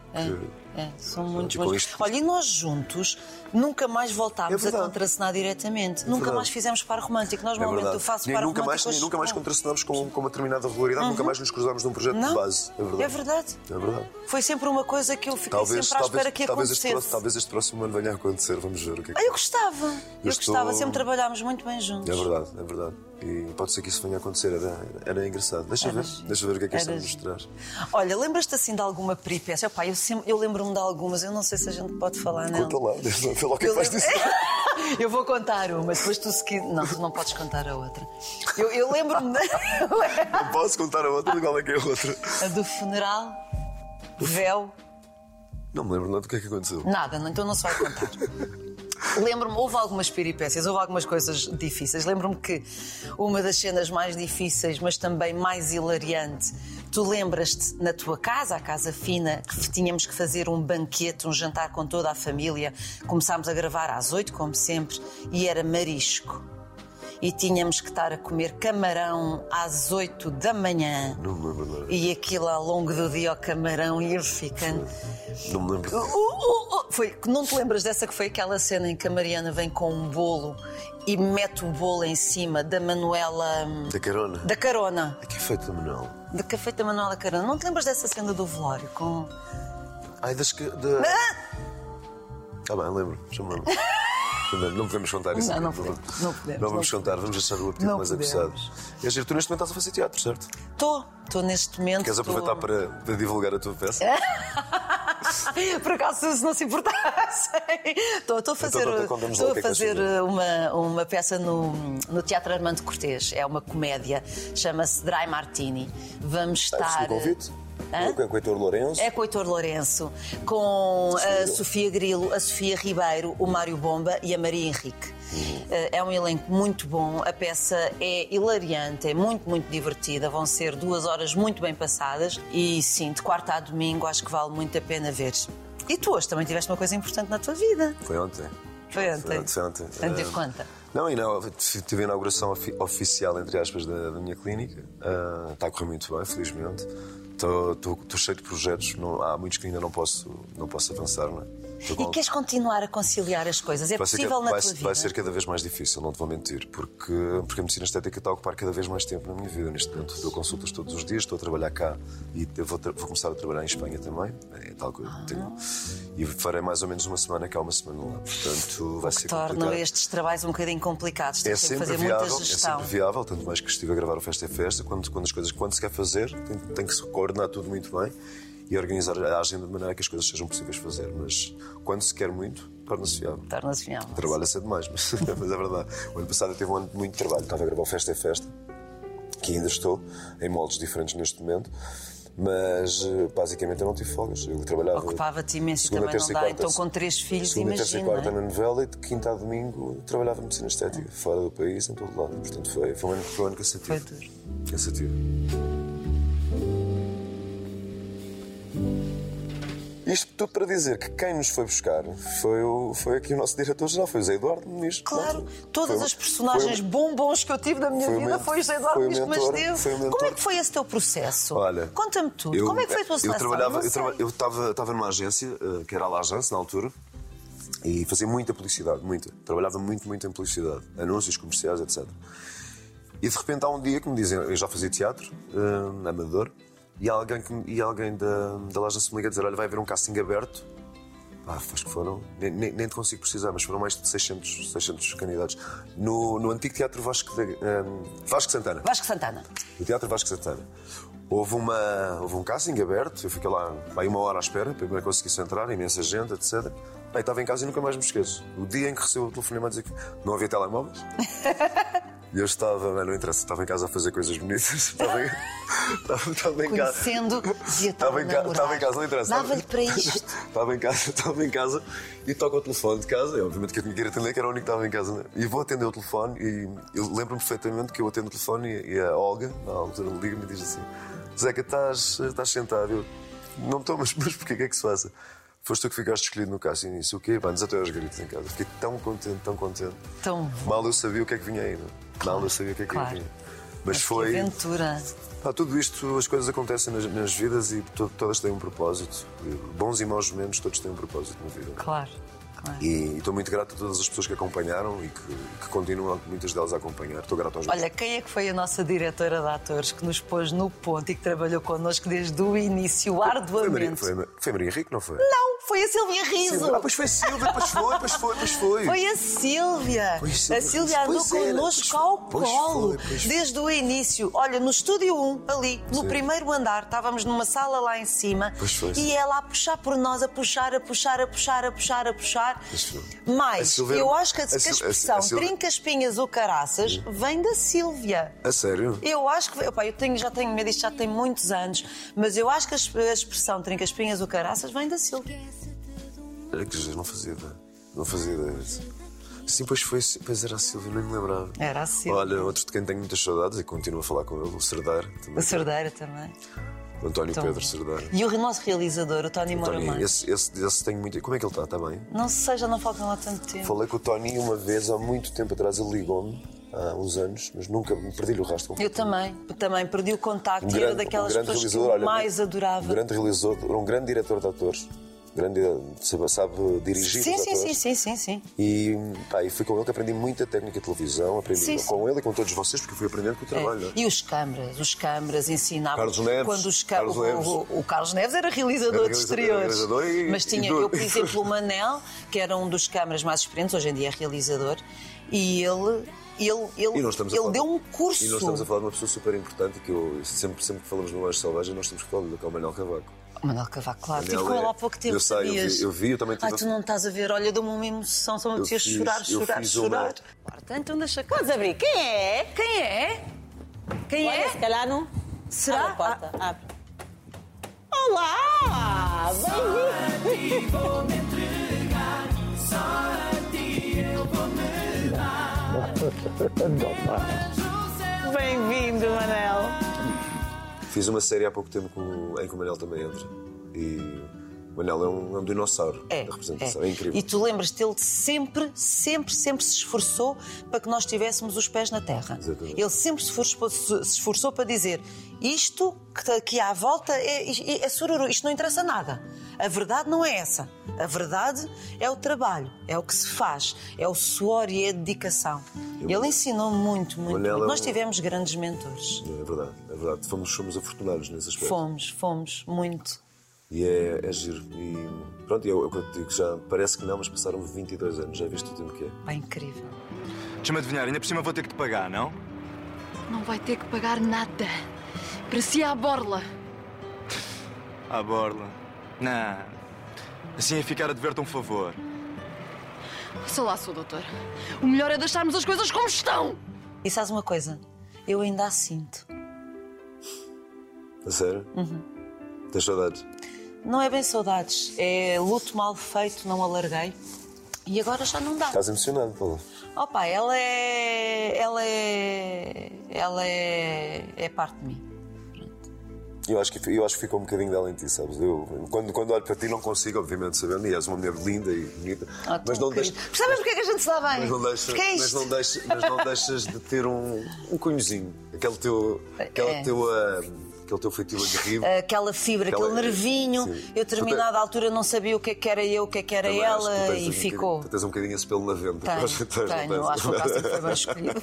Speaker 1: É, são muitos
Speaker 2: E com
Speaker 1: bons.
Speaker 2: isto-
Speaker 1: Olha, e nós juntos nunca mais
Speaker 2: É
Speaker 1: voltámos a
Speaker 2: verdade. É
Speaker 1: contracenar diretamente. nunca
Speaker 2: verdade.
Speaker 1: mais fizemos par romântico. Nós
Speaker 2: É
Speaker 1: normalmente
Speaker 2: verdade.
Speaker 1: eu faço
Speaker 2: nem
Speaker 1: par
Speaker 2: nunca
Speaker 1: romântico.
Speaker 2: mais, nem
Speaker 1: hoje-
Speaker 2: nunca mais contracenámos com, com uma determinada regularidade, nunca mais nos cruzámos num projeto
Speaker 1: Uhum. Não.
Speaker 2: de base. É verdade.
Speaker 1: É verdade.
Speaker 2: É verdade.
Speaker 1: Foi sempre uma coisa que eu fiquei
Speaker 2: Talvez,
Speaker 1: sempre à espera
Speaker 2: talvez,
Speaker 1: que
Speaker 2: talvez, este,
Speaker 1: acontecesse.
Speaker 2: próximo- talvez este próximo ano venha a acontecer, vamos ver o que é que
Speaker 1: Ah, eu gostava. Eu,
Speaker 2: Eu estou-
Speaker 1: gostava. Sempre trabalhámos muito bem juntos.
Speaker 2: É verdade, é verdade. E pode ser que isso venha a acontecer, era, era engraçado. Deixa ver, deixa ver o que é que esta
Speaker 1: Eras-
Speaker 2: nos traz.
Speaker 1: Olha, lembras-te assim de alguma peripécia? Opá, eu, sempre- eu lembro-me de algumas, eu não sei se a gente pode falar, não.
Speaker 2: Conta lá, vê lá o
Speaker 1: Eu
Speaker 2: que é que vais
Speaker 1: lembro-
Speaker 2: dizer.
Speaker 1: Eu vou contar uma, depois tu se qui- Não, tu não podes contar a outra. Eu, eu lembro-me da
Speaker 2: Não posso contar a outra, igual é que é a outra.
Speaker 1: a do funeral, véu,
Speaker 2: Não me lembro nada do que é que aconteceu.
Speaker 1: nada, não- então não se vai contar. Lembro-me, houve algumas peripécias, houve algumas coisas difíceis. Lembro-me que uma das cenas mais difíceis, mas também mais hilariante, tu lembras-te na tua casa, a Casa Fina, que tínhamos que fazer um banquete, um jantar com toda a família. Começámos a gravar às oito, como sempre, e era marisco. E tínhamos que estar a comer camarão às oito da manhã.
Speaker 2: Não me lembro nada.
Speaker 1: E aquilo ao longo do dia, o camarão ia ficando.
Speaker 2: Não me lembro.
Speaker 1: Uh, uh, uh, Foi, não te lembras dessa que foi aquela cena em que a Mariana vem com um bolo e mete o bolo em cima da Manuela. hum,
Speaker 2: Da carona.
Speaker 1: da Carona.
Speaker 2: É que é feito Manuel.
Speaker 1: De café da Manuela Carona. Não te lembras dessa cena do velório com.
Speaker 2: Ai, das que. Da... Ah, bem, lembro. Já me lembro. Já me lembro. Não podemos contar isso.
Speaker 1: Não,
Speaker 2: aqui,
Speaker 1: não
Speaker 2: por favor.
Speaker 1: podemos, não podemos,
Speaker 2: Não vamos
Speaker 1: não
Speaker 2: contar, vamos deixar o apetite
Speaker 1: Não
Speaker 2: mais
Speaker 1: podemos.
Speaker 2: apressado. É giro, tu neste momento estás a fazer teatro, certo?
Speaker 1: Estou, estou Ah, neste momento.
Speaker 2: Queres
Speaker 1: tô-
Speaker 2: aproveitar para, para divulgar a tua peça?
Speaker 1: Ah, Por acaso, se não se importassem. Estou
Speaker 2: Então,
Speaker 1: estou a fazer,
Speaker 2: conta- conta-nos lá
Speaker 1: estou
Speaker 2: o que
Speaker 1: a
Speaker 2: é que vais
Speaker 1: fazer
Speaker 2: fazer.
Speaker 1: uma, uma peça no, no Teatro Armando Cortês. É uma comédia, chama-se Dry Martini. Vamos
Speaker 2: Ah,
Speaker 1: estar. eh,
Speaker 2: recebi o convite?
Speaker 1: Hã?
Speaker 2: Com o Heitor Lourenço?
Speaker 1: tá, né? Ah? É com o Heitor Lourenço, com a Sofia Grilo, a Sofia Ribeiro, o Mário Bomba e a Maria Henrique.
Speaker 2: Uhum.
Speaker 1: Eh, É um elenco muito bom, a peça é hilariante, é muito, muito divertida. Vão ser duas horas muito bem passadas e sim, de quarta a domingo acho que vale muito a pena ver. E tu hoje também tiveste uma coisa importante na tua vida.
Speaker 2: Foi ontem.
Speaker 1: Foi ontem.
Speaker 2: Foi ontem.
Speaker 1: Ontem,
Speaker 2: Ah,
Speaker 1: conta.
Speaker 2: Não, e não, tive a inauguração ofi- oficial, entre aspas, da, da minha clínica. Ah, está a correr muito bem, felizmente. Estou estou- estou cheio de projetos, não- há muitos que ainda não posso, não posso avançar, não é? Estou
Speaker 1: E
Speaker 2: com-
Speaker 1: queres continuar a conciliar as coisas? É
Speaker 2: Vai ser,
Speaker 1: possível
Speaker 2: ca-
Speaker 1: na
Speaker 2: vai
Speaker 1: tua
Speaker 2: ser-
Speaker 1: vida?
Speaker 2: vai ser cada vez mais difícil, não te vou mentir, porque, porque a medicina estética está a ocupar cada vez mais tempo na minha vida. Neste momento dou consultas todos os dias, estou a trabalhar cá e eu vou, tra- vou começar a trabalhar em Espanha também, é tal coisa.
Speaker 1: Ah.
Speaker 2: tenho- E farei mais ou menos uma semana cá, uma semana lá. Portanto, vai ser complicado.
Speaker 1: Torna estes trabalhos um bocadinho complicados.
Speaker 2: É
Speaker 1: Tens que
Speaker 2: sempre,
Speaker 1: fazer
Speaker 2: viável,
Speaker 1: muita
Speaker 2: é
Speaker 1: gestão.
Speaker 2: sempre viável, tanto mais que estive a gravar o Festa é Festa, quando, quando as coisas quando se quer fazer, tem, tem que se coordenar tudo muito bem e organizar a agenda de maneira que as coisas sejam possíveis de fazer, mas quando se quer muito, torna-se viável.
Speaker 1: Torna-se viável.
Speaker 2: Trabalha-se é demais, mas, mas é verdade. O ano passado eu tive um ano de muito trabalho. Estava a gravar o Festa é Festa, que ainda estou em moldes diferentes neste momento, mas eh, basicamente eu não tive folgas. Eu trabalhava.
Speaker 1: Ocupava-te imenso e
Speaker 2: segunda,
Speaker 1: também não
Speaker 2: terça e
Speaker 1: dá.
Speaker 2: quarta.
Speaker 1: Então, com três filhos,
Speaker 2: Segunda, terça e
Speaker 1: imagina,
Speaker 2: quarta
Speaker 1: não é?
Speaker 2: na novela e de quinta a domingo trabalhava medicina estética, fora do país, em todo lado. Portanto, foi, foi um ano, foi um ano cansativo.
Speaker 1: Foi duro.
Speaker 2: Cansativo. Isto tudo para dizer que quem nos foi buscar foi, o, foi aqui o nosso diretor-geral, foi o Zé Eduardo Muniz.
Speaker 1: Claro,
Speaker 2: Pronto.
Speaker 1: todas
Speaker 2: Foi- um-
Speaker 1: as personagens
Speaker 2: foi-
Speaker 1: bombons que eu tive na minha
Speaker 2: foi o
Speaker 1: vida
Speaker 2: mentor-
Speaker 1: foi o José
Speaker 2: foi
Speaker 1: Eduardo
Speaker 2: o
Speaker 1: Luís que me
Speaker 2: mentor-
Speaker 1: esteve.
Speaker 2: foi o mentor-
Speaker 1: Como é que foi esse teu processo?
Speaker 2: Olha,
Speaker 1: Conta-me tudo.
Speaker 2: eu-
Speaker 1: Como é que foi a tua seleção?
Speaker 2: Eu trabalhava,
Speaker 1: Não
Speaker 2: eu
Speaker 1: sei.
Speaker 2: traba- eu estava estava numa agência, eh, que era a La Agence na altura, e fazia muita publicidade, muita. Trabalhava muito, muito em publicidade, anúncios comerciais, etc. E de repente há um dia que me dizem, eu já fazia teatro, eh, amador, e há alguém, que, me- e há alguém da, da La Agence me liga a dizer: Olha, vai haver um casting aberto ah, acho que foram, nem, nem, nem te consigo precisar, mas foram mais de 600, 600 candidatos. No, no antigo Teatro Vasco, da- ehm, Vasco Santana.
Speaker 1: Vasco Santana.
Speaker 2: No Teatro Vasco Santana. Houve, uma, houve um casting aberto, eu fiquei lá, lá uma hora à espera, primeiro consegui entrar, imensa gente, etc. Aí estava em casa e nunca mais me esqueço. O dia em que recebo o telefonema a dizer que não havia telemóveis. E eu estava, bem, não interessa, estava em casa a fazer coisas bonitas. Estava em, estava, estava em casa.
Speaker 1: Conhecendo, dizia
Speaker 2: Estava em, ca... estava em casa, não interessa.
Speaker 1: Dava-lhe para isto.
Speaker 2: estava em casa, estava em casa e toca o telefone de casa. Eu, obviamente que eu tinha que ir atender, que era o único que estava em casa. né? E vou atender o telefone e eu lembro-me perfeitamente que eu atendo o telefone e, e a Olga, na altura, liga-me e diz assim: Zeca, estás, estás sentado? Eu, não estou, mas, mas porquê? O que é que se passa? Foste tu que ficaste escolhido no casting e disse o quê? Pá, nos até aos gritos em casa. Fiquei tão contente, tão contente.
Speaker 1: Então,
Speaker 2: Mal eu sabia o que é que vinha aí. não? Mal eu sabia o que é que
Speaker 1: claro.
Speaker 2: vinha. Mas foi.
Speaker 1: aventura.
Speaker 2: Pá, tudo isto, as coisas acontecem nas, nas vidas e to- todas têm um propósito. Bons e maus momentos, todos têm um propósito na vida.
Speaker 1: Claro, claro.
Speaker 2: E estou muito grato a todas as pessoas que acompanharam e que, que continuam, muitas delas, a acompanhar. Estou grato aos meus
Speaker 1: Olha, quem é que foi a nossa diretora de atores que nos pôs no ponto e que trabalhou connosco desde o início,
Speaker 2: Foi Maria,
Speaker 1: arduamente?
Speaker 2: foi, foi Maria Henrique, não foi?
Speaker 1: Não, foi a Silvia Riso.
Speaker 2: Ah, pois foi Silvia, pois foi, pois foi, pois foi.
Speaker 1: Foi a Silvia.
Speaker 2: Pois, Silvia
Speaker 1: a Silvia andou
Speaker 2: Riso. Pois era,
Speaker 1: connosco
Speaker 2: pois-
Speaker 1: ao
Speaker 2: pois
Speaker 1: colo
Speaker 2: foi, pois foi.
Speaker 1: desde o início. Olha, no estúdio 1, ali, no
Speaker 2: Sim.
Speaker 1: primeiro andar, estávamos numa sala lá em cima
Speaker 2: Pois foi,
Speaker 1: e
Speaker 2: sim.
Speaker 1: ela a puxar por nós, a puxar, a puxar, a puxar, a puxar, a puxar.
Speaker 2: Pois foi. A
Speaker 1: Mas
Speaker 2: Silvia
Speaker 1: eu
Speaker 2: era-
Speaker 1: acho que a,
Speaker 2: a
Speaker 1: que a
Speaker 2: Sil- a Sil- a
Speaker 1: expressão
Speaker 2: Silvia- Hum.
Speaker 1: trinca espinhas ou caraças vem da Silvia.
Speaker 2: A sério?
Speaker 1: Eu acho que. Opa, eu tenho, já tenho medo, isto já tem muitos anos, mas eu acho que a, exp- a expressão trinca espinhas ou caraças vem da Silvia.
Speaker 2: Olha que Jesus, não fazia ideia. Não fazia ideia. Sim, pois foi, pois era a Silvia, nem me lembrava.
Speaker 1: Era a Silvia.
Speaker 2: Olha, outro de quem tenho muitas saudades e continuo a falar com ele, o Cerdar, também.
Speaker 1: A Cerdeira também.
Speaker 2: O António
Speaker 1: Então-
Speaker 2: Pedro Cerdar.
Speaker 1: E o nosso realizador, o Tony Moraman.
Speaker 2: Tony, esse, esse, esse tenho muito. Como é que ele está? Está bem?
Speaker 1: Não sei, já não falo com ele há tanto tempo.
Speaker 2: Falei com o Tony uma vez, há muito tempo atrás, ele ligou-me, há uns anos, mas nunca me perdi-lhe o rastro. Um
Speaker 1: Eu também, também perdi o contacto e era daquelas pessoas que eu
Speaker 2: realizador, olha,
Speaker 1: mais
Speaker 2: um-
Speaker 1: adorava.
Speaker 2: Um grande realizador, um grande diretor de atores. Grande, sabe, sabe dirigir
Speaker 1: sim,
Speaker 2: os
Speaker 1: sim,
Speaker 2: atores.
Speaker 1: sim, sim, sim, sim.
Speaker 2: E, pá, e foi com ele que aprendi muita técnica de televisão, aprendi
Speaker 1: Sim, sim. É.
Speaker 2: com ele e com todos vocês, porque eu fui aprendendo com o trabalho. é?
Speaker 1: E os câmaras, os câmaras ensinavam.
Speaker 2: Carlos Neves,
Speaker 1: quando os ca-
Speaker 2: Carlos
Speaker 1: o,
Speaker 2: Neves.
Speaker 1: o- o Carlos Neves era realizador
Speaker 2: Era
Speaker 1: de
Speaker 2: realiza-
Speaker 1: exteriores.
Speaker 2: era realizador e-
Speaker 1: mas tinha,
Speaker 2: e do-
Speaker 1: eu, por exemplo, o Manel, que era um dos câmaras mais experientes, hoje em dia é realizador, e ele. Ele, ele,
Speaker 2: E nós estamos a
Speaker 1: ele
Speaker 2: falar-
Speaker 1: deu um
Speaker 2: E nós estamos a
Speaker 1: curso.
Speaker 2: falar de uma pessoa super importante que eu sempre, sempre que falamos no Anjo Selvagem, nós temos que falar do que é o Manuel Cavaco.
Speaker 1: Manuel Cavaco, claro,
Speaker 2: Manel
Speaker 1: estive com
Speaker 2: é-
Speaker 1: ele há pouco tempo.
Speaker 2: eu sei, eu vi-
Speaker 1: sabias?
Speaker 2: eu vi, eu também tive
Speaker 1: Ai,
Speaker 2: a-
Speaker 1: tu não estás a ver, olha, deu-me uma emoção, só me
Speaker 2: Eu
Speaker 1: apetecia
Speaker 2: fiz-
Speaker 1: chorar,
Speaker 2: eu
Speaker 1: chorar,
Speaker 2: fiz uma-
Speaker 1: chorar. Ora, então deixa cá. Podes abrir. Quem é? Quem é? Quem é?
Speaker 10: Se calhar não.
Speaker 1: Será? Ah.
Speaker 10: Abre a porta. Abre. Olá! Bem-vindo! Bem-vindo, Manel!
Speaker 2: Fiz uma série há pouco tempo com- em que o Manel também entra. E o Manel é um, é um dinossauro
Speaker 1: É,
Speaker 2: da representação. É, incrível.
Speaker 1: E tu lembras-te, ele sempre, sempre, sempre se esforçou para que nós tivéssemos os pés na terra.
Speaker 2: Exatamente.
Speaker 1: Ele sempre se esforçou, se esforçou para dizer isto que está aqui à volta é, é, é sururu, isto não interessa nada. A verdade não é essa. A verdade é o trabalho, é o que se faz, é o suor e é a dedicação. Ele ensinou muito, muito.
Speaker 2: Manela é
Speaker 1: muito. Nós
Speaker 2: um-
Speaker 1: tivemos grandes mentores.
Speaker 2: É verdade, é verdade. Fomos, somos afortunados nesse aspecto.
Speaker 1: Fomos, fomos, muito.
Speaker 2: E é, é giro. E pronto, eu, eu quando te digo já, parece que não, mas passaram 22 anos. Já viste o tempo que é?
Speaker 1: Pá, incrível.
Speaker 9: Deixa-me adivinhar, ainda por cima vou ter que te pagar, não?
Speaker 4: Não vai ter que pagar nada. Cresci à borla.
Speaker 9: À borla. Não. Assim é ficar a dever-te um favor.
Speaker 4: Sei lá, sou doutor. O melhor é deixarmos as coisas como estão.
Speaker 1: E sabes uma coisa? Eu ainda a sinto.
Speaker 2: A sério? Uhum. Tens saudades?
Speaker 1: Não é bem saudades, é luto mal feito, não alarguei. E agora já não dá.
Speaker 2: Estás emocionado, Paula.
Speaker 1: Opa, ela é. Ela é. Ela é. É parte de mim.
Speaker 2: Eu acho que, eu acho que ficou um bocadinho dela em ti, sabes? Eu, quando, quando olho para ti, não consigo, obviamente, sabendo, e és uma mulher linda e bonita,
Speaker 1: Ah, tão
Speaker 2: mas, não
Speaker 1: querido.
Speaker 2: deixes,
Speaker 1: Percebes porque é que a gente se dá bem?
Speaker 2: mas, não deixas,
Speaker 1: Porque é
Speaker 2: mas,
Speaker 1: isto?
Speaker 2: não deixas, mas não deixas de ter um, um cunhozinho, aquele teu, aquele
Speaker 1: É. Ah,
Speaker 2: teu, ah, aquele teu feitio aguerrido.
Speaker 1: Aquela fibra,
Speaker 2: Aquela-
Speaker 1: aquele nervinho.
Speaker 2: Sim.
Speaker 1: Eu, a
Speaker 2: Tu
Speaker 1: determinada
Speaker 2: tens-
Speaker 1: altura, não sabia o que é que era eu, o que é que era
Speaker 2: Também acho que tu
Speaker 1: ela,
Speaker 2: tens
Speaker 1: e
Speaker 2: um bocadinho-
Speaker 1: ficou.
Speaker 2: Tu tens um bocadinho esse pelo na venda.
Speaker 1: Tenho,
Speaker 2: Acho que um tens, não
Speaker 1: tenho.
Speaker 2: tens?
Speaker 1: Acho que o Cássio foi bem escolhido.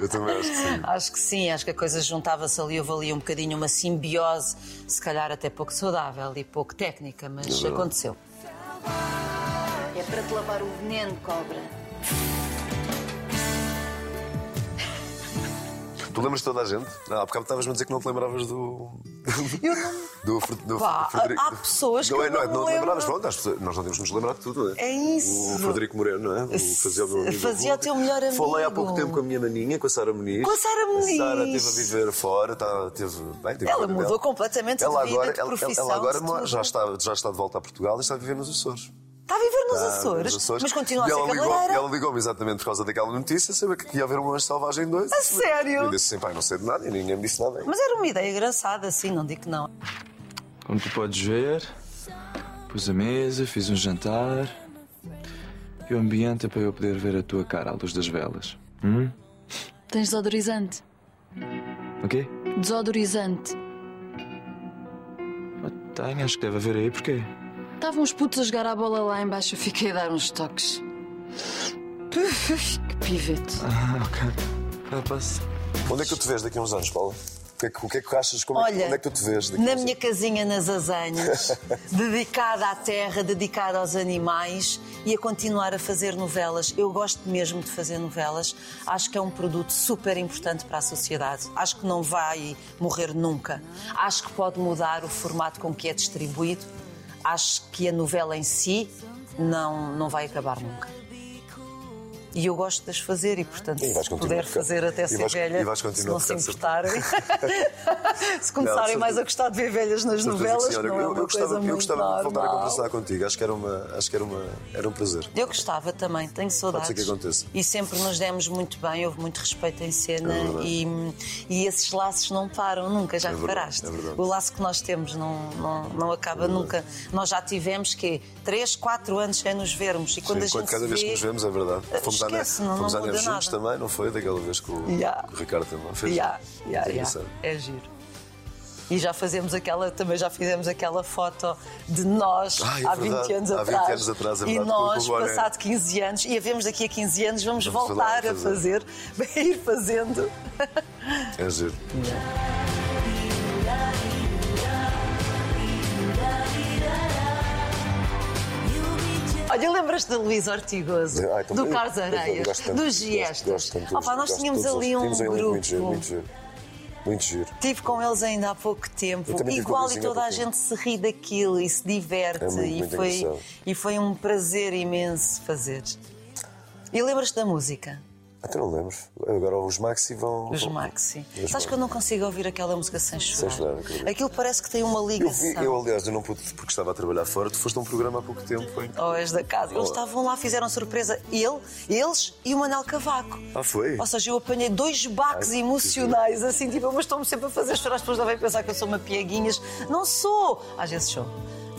Speaker 2: Eu também acho que sim.
Speaker 1: Acho que sim, acho que a coisa juntava-se ali, houve ali um bocadinho uma simbiose, se calhar até pouco saudável e pouco técnica, mas aconteceu.
Speaker 10: É para te lavar o veneno, cobra.
Speaker 2: Tu lembras de toda a gente? Não, há bocado estavas-me a dizer que não te lembravas do.
Speaker 1: Eu não.
Speaker 2: do, Fred- do
Speaker 1: Pá,
Speaker 2: Frederico.
Speaker 1: há pessoas
Speaker 2: não
Speaker 1: que
Speaker 2: é, não,
Speaker 1: não
Speaker 2: é, não te
Speaker 1: lembram.
Speaker 2: lembravas, pronto, as pessoas- nós não temos de nos lembrar de tudo, não é?
Speaker 1: É isso.
Speaker 2: O Frederico Moreno, não é? O fazia o meu amigo.
Speaker 1: Fazia o teu melhor amigo.
Speaker 2: Falei há pouco tempo com a minha naninha, com a Sara Muniz.
Speaker 1: Com a Sara Muniz.
Speaker 2: A Sara esteve a viver fora, tá, teve, bem, teve a
Speaker 1: Ela
Speaker 2: vida
Speaker 1: mudou
Speaker 2: dela.
Speaker 1: completamente
Speaker 2: ela
Speaker 1: de vida,
Speaker 2: agora,
Speaker 1: de
Speaker 2: ela-
Speaker 1: profissão.
Speaker 2: Ela, agora
Speaker 1: de tudo.
Speaker 2: já está, já está de volta a Portugal e está a viver nos Açores.
Speaker 1: Está a viver nos
Speaker 2: Está
Speaker 1: Açores, mas continua a
Speaker 2: Ah, E
Speaker 1: ser
Speaker 2: ela ligou-
Speaker 1: cabeleireira.
Speaker 2: Ela ligou-me exatamente por causa daquela notícia, saber que ia haver uma selvagem 2.
Speaker 1: A sério?
Speaker 2: Eu disse assim, pai, não sei de nada e ninguém me disse nada.
Speaker 1: Mas era uma ideia engraçada, assim, não digo que não.
Speaker 11: Como tu podes ver, pus a mesa, fiz um jantar e o ambiente é para eu poder ver a tua cara à luz das velas. Hum?
Speaker 12: Tens desodorizante?
Speaker 11: O quê?
Speaker 12: Desodorizante.
Speaker 11: Tenho, acho que deve haver aí, porquê?
Speaker 12: Estavam os putos a jogar a bola lá embaixo, eu fiquei a dar uns toques. Puf, Que pivete.
Speaker 11: Ah, ok. Já passo.
Speaker 2: Onde é que tu te vês daqui a uns anos, Paula? O que é que, o que, é que achas? Como é, que-
Speaker 1: Olha,
Speaker 2: onde é que tu te vês daqui a
Speaker 1: Na
Speaker 2: uns
Speaker 1: minha casinha nas Azanhas, dedicada à terra, dedicada aos animais e a continuar a fazer novelas. Eu gosto mesmo de fazer novelas. Acho que é um produto super importante para a sociedade. Acho que não vai morrer nunca. Acho que pode mudar o formato com que é distribuído. Acho que a novela em si não, não vai acabar nunca. E eu gosto de as fazer e, portanto,
Speaker 2: E vais
Speaker 1: se
Speaker 2: continuar a
Speaker 1: puder
Speaker 2: tocar.
Speaker 1: fazer até
Speaker 2: E
Speaker 1: ser
Speaker 2: vais-
Speaker 1: velha,
Speaker 2: e vais
Speaker 1: se
Speaker 2: continuar
Speaker 1: não
Speaker 2: a
Speaker 1: se
Speaker 2: tocar, de
Speaker 1: importarem, se
Speaker 2: Não, de
Speaker 1: começarem
Speaker 2: certeza.
Speaker 1: mais a gostar de ver velhas nas
Speaker 2: Certeza que
Speaker 1: novelas,
Speaker 2: sim. Olha,
Speaker 1: não é
Speaker 2: eu,
Speaker 1: uma
Speaker 2: eu gostava,
Speaker 1: coisa
Speaker 2: eu
Speaker 1: muito
Speaker 2: gostava de voltar a
Speaker 1: normal.
Speaker 2: conversar contigo. Acho que era, uma, acho que era, uma, era um prazer.
Speaker 1: Eu gostava também, tenho saudades.
Speaker 2: ser que aconteça.
Speaker 1: E sempre nos demos muito bem, houve muito respeito em cena
Speaker 2: É verdade.
Speaker 1: e, e esses laços não param nunca, já
Speaker 2: É verdade,
Speaker 1: reparaste?
Speaker 2: é verdade. É
Speaker 1: o laço que nós temos não, não, não acaba nunca. Nós já tivemos que 3, 4 anos sem nos vermos e quando
Speaker 2: Sim,
Speaker 1: a gente
Speaker 2: cada
Speaker 1: se
Speaker 2: vez que
Speaker 1: vê- eh,
Speaker 2: nos vemos, é verdade. Fomos à
Speaker 1: esquece,
Speaker 2: neve,
Speaker 1: não-
Speaker 2: fomos
Speaker 1: não
Speaker 2: à neve
Speaker 1: muda
Speaker 2: juntos
Speaker 1: nada.
Speaker 2: também, não foi? Daquela vez com, o-
Speaker 1: Yeah.
Speaker 2: com o Ricardo também. Fez,
Speaker 1: Ya, ya,
Speaker 2: Foi
Speaker 1: ya.
Speaker 2: engraçado.
Speaker 1: É giro. E já fazemos aquela, também já fizemos aquela foto de nós
Speaker 2: Ah, é
Speaker 1: há
Speaker 2: verdade.
Speaker 1: 20 anos
Speaker 2: Há 20
Speaker 1: atrás.
Speaker 2: anos atrás, é
Speaker 1: e
Speaker 2: verdade,
Speaker 1: nós,
Speaker 2: com o boné.
Speaker 1: passado 15 anos, e a vemos daqui a 15 anos, vamos,
Speaker 2: Vamos
Speaker 1: voltar
Speaker 2: falar,
Speaker 1: a fazer, a ir fazendo.
Speaker 2: É giro.
Speaker 1: Olha, lembras-te da Luísa Ortigoso,
Speaker 2: Ai, então,
Speaker 1: do
Speaker 2: eu-
Speaker 1: Carlos
Speaker 2: eu- eu
Speaker 1: Areias,
Speaker 2: gosto tanto,
Speaker 1: do
Speaker 2: gosto-
Speaker 1: Giestas.
Speaker 2: gosto tanto,
Speaker 1: Opa, nós
Speaker 2: gosto
Speaker 1: tínhamos
Speaker 2: tanto,
Speaker 1: ali
Speaker 2: gosto.
Speaker 1: um
Speaker 2: Tínhamos
Speaker 1: grupo.
Speaker 2: Muito giro, muito giro. Muito giro.
Speaker 1: Estive com eles ainda há pouco
Speaker 2: Eu
Speaker 1: tempo,
Speaker 2: também tive com
Speaker 1: igual
Speaker 2: eles
Speaker 1: e
Speaker 2: ainda há
Speaker 1: toda a
Speaker 2: pouco
Speaker 1: gente se ri daquilo e se diverte.
Speaker 2: É muito,
Speaker 1: e,
Speaker 2: muito
Speaker 1: foi,
Speaker 2: engraçado.
Speaker 1: e foi um prazer imenso fazer. E lembras-te da música?
Speaker 2: Até não lembro. Agora os Maxi vão.
Speaker 1: Os
Speaker 2: vão-
Speaker 1: Maxi.
Speaker 2: Os
Speaker 1: Sabes que eu não consigo ouvir aquela música sem chorar?
Speaker 2: chorar, acredito.
Speaker 1: Aquilo parece que tem uma
Speaker 2: Eu, vi-
Speaker 1: ligação.
Speaker 2: eu, aliás, eu não pude porque estava a trabalhar fora. Tu foste a um programa há pouco tempo. Hein?
Speaker 1: Ou Oh, és da casa.
Speaker 2: Oh.
Speaker 1: Eles estavam lá, fizeram surpresa. Ele, eles e o Manel Cavaco.
Speaker 2: Ah, foi?
Speaker 1: Ou seja, eu apanhei dois baques
Speaker 2: Ai,
Speaker 1: emocionais, assim, tipo, mas estão-me sempre a fazer chorar. As pessoas devem pensar que eu sou uma piaguinhas. Não sou! Às vezes sou.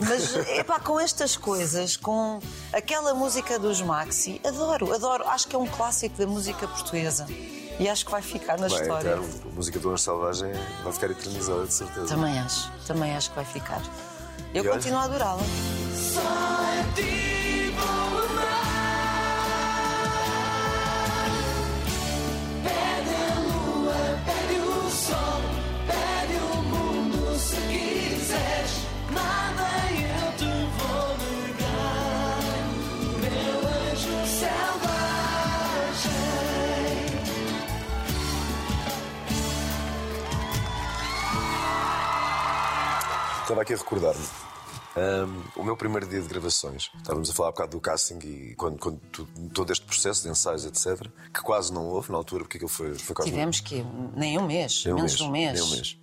Speaker 1: Mas, epá, com estas coisas, com aquela música dos Maxi, adoro, adoro. Acho que é um clássico da música portuguesa. E acho que vai ficar na
Speaker 2: Vai
Speaker 1: história.
Speaker 2: entrar, a música do Anjo Selvagem vai ficar eternizada, de certeza.
Speaker 1: Também acho, também acho que vai ficar. Eu
Speaker 2: E olha-
Speaker 1: continuo a adorá-la.
Speaker 8: é tipo Pede a lua, pede o sol, pede o mundo se quiseres. Nada eu te vou negar, meu anjo selvagem.
Speaker 2: Estava aqui a recordar-me. ahm, o meu primeiro dia de gravações, estávamos a falar há bocado do casting e quando, quando tu- todo este processo de ensaios, etc., que quase não houve na altura, porque aquilo foi, foi quase
Speaker 1: Tivemos que nem um mês,
Speaker 2: Nem
Speaker 1: menos de um mês.
Speaker 2: nem um mês.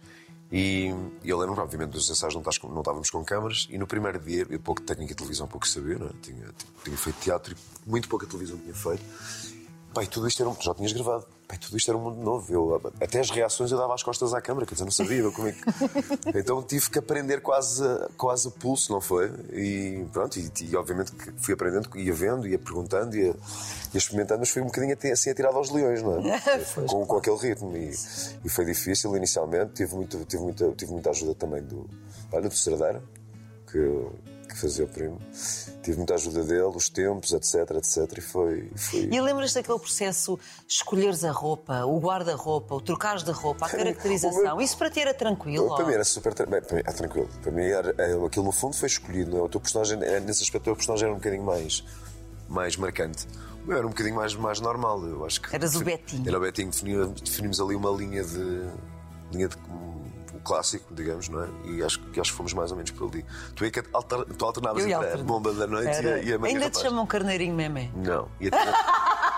Speaker 2: E, e eu lembro-me, obviamente, dos ensaios não, estás com- não estávamos com câmaras, e no primeiro dia, eu pouco técnica e televisão, pouco sabia, não é? tinha, tinha feito teatro e muito pouca televisão tinha feito. Pai, tudo isto era um, já tinhas gravado. Pai, tudo isto era um mundo novo. Eu, até as reações eu dava as costas à câmara, quer dizer, não sabia eu como é que. Então tive que aprender quase, a- quase a pulso, não foi? E pronto, e, e obviamente que fui aprendendo, ia vendo, ia perguntando, ia, ia experimentando, mas foi um bocadinho até assim atirado aos leões, não é?
Speaker 1: Pois,
Speaker 2: com, com aquele ritmo. E, e foi difícil inicialmente, tive, muito, tive, muita, tive muita ajuda também do. Olha, do Cerdeira, que, que fazia o primo. Tive muita ajuda dele, os tempos, etc, etc. E foi. foi...
Speaker 1: E lembras daquele processo escolheres a roupa, o guarda-roupa, o trocares de roupa, a caracterização? Isso para ti era tranquilo?
Speaker 2: Eu, para mim era super tra- bem, para mim, é tranquilo. Para mim era, é, aquilo no fundo foi escolhido. Não é? O teu personagem, é, nesse aspecto, o teu personagem era um bocadinho mais, mais marcante. Eu era um bocadinho mais, mais normal, eu acho que.
Speaker 1: Eras o Betinho.
Speaker 2: Era o Betinho, defini- definimos ali uma linha de. linha de. um clássico, digamos, não é? E acho que acho que fomos mais ou menos por ali. Tu, é que alter, tu alternavas
Speaker 1: Eu ia
Speaker 2: entre a
Speaker 1: alternar.
Speaker 2: bomba da noite e a,
Speaker 1: Era-
Speaker 2: e a Maria
Speaker 1: Ainda te
Speaker 2: Rapaz.
Speaker 1: chamam carneirinho memé.
Speaker 2: Não. E a ti-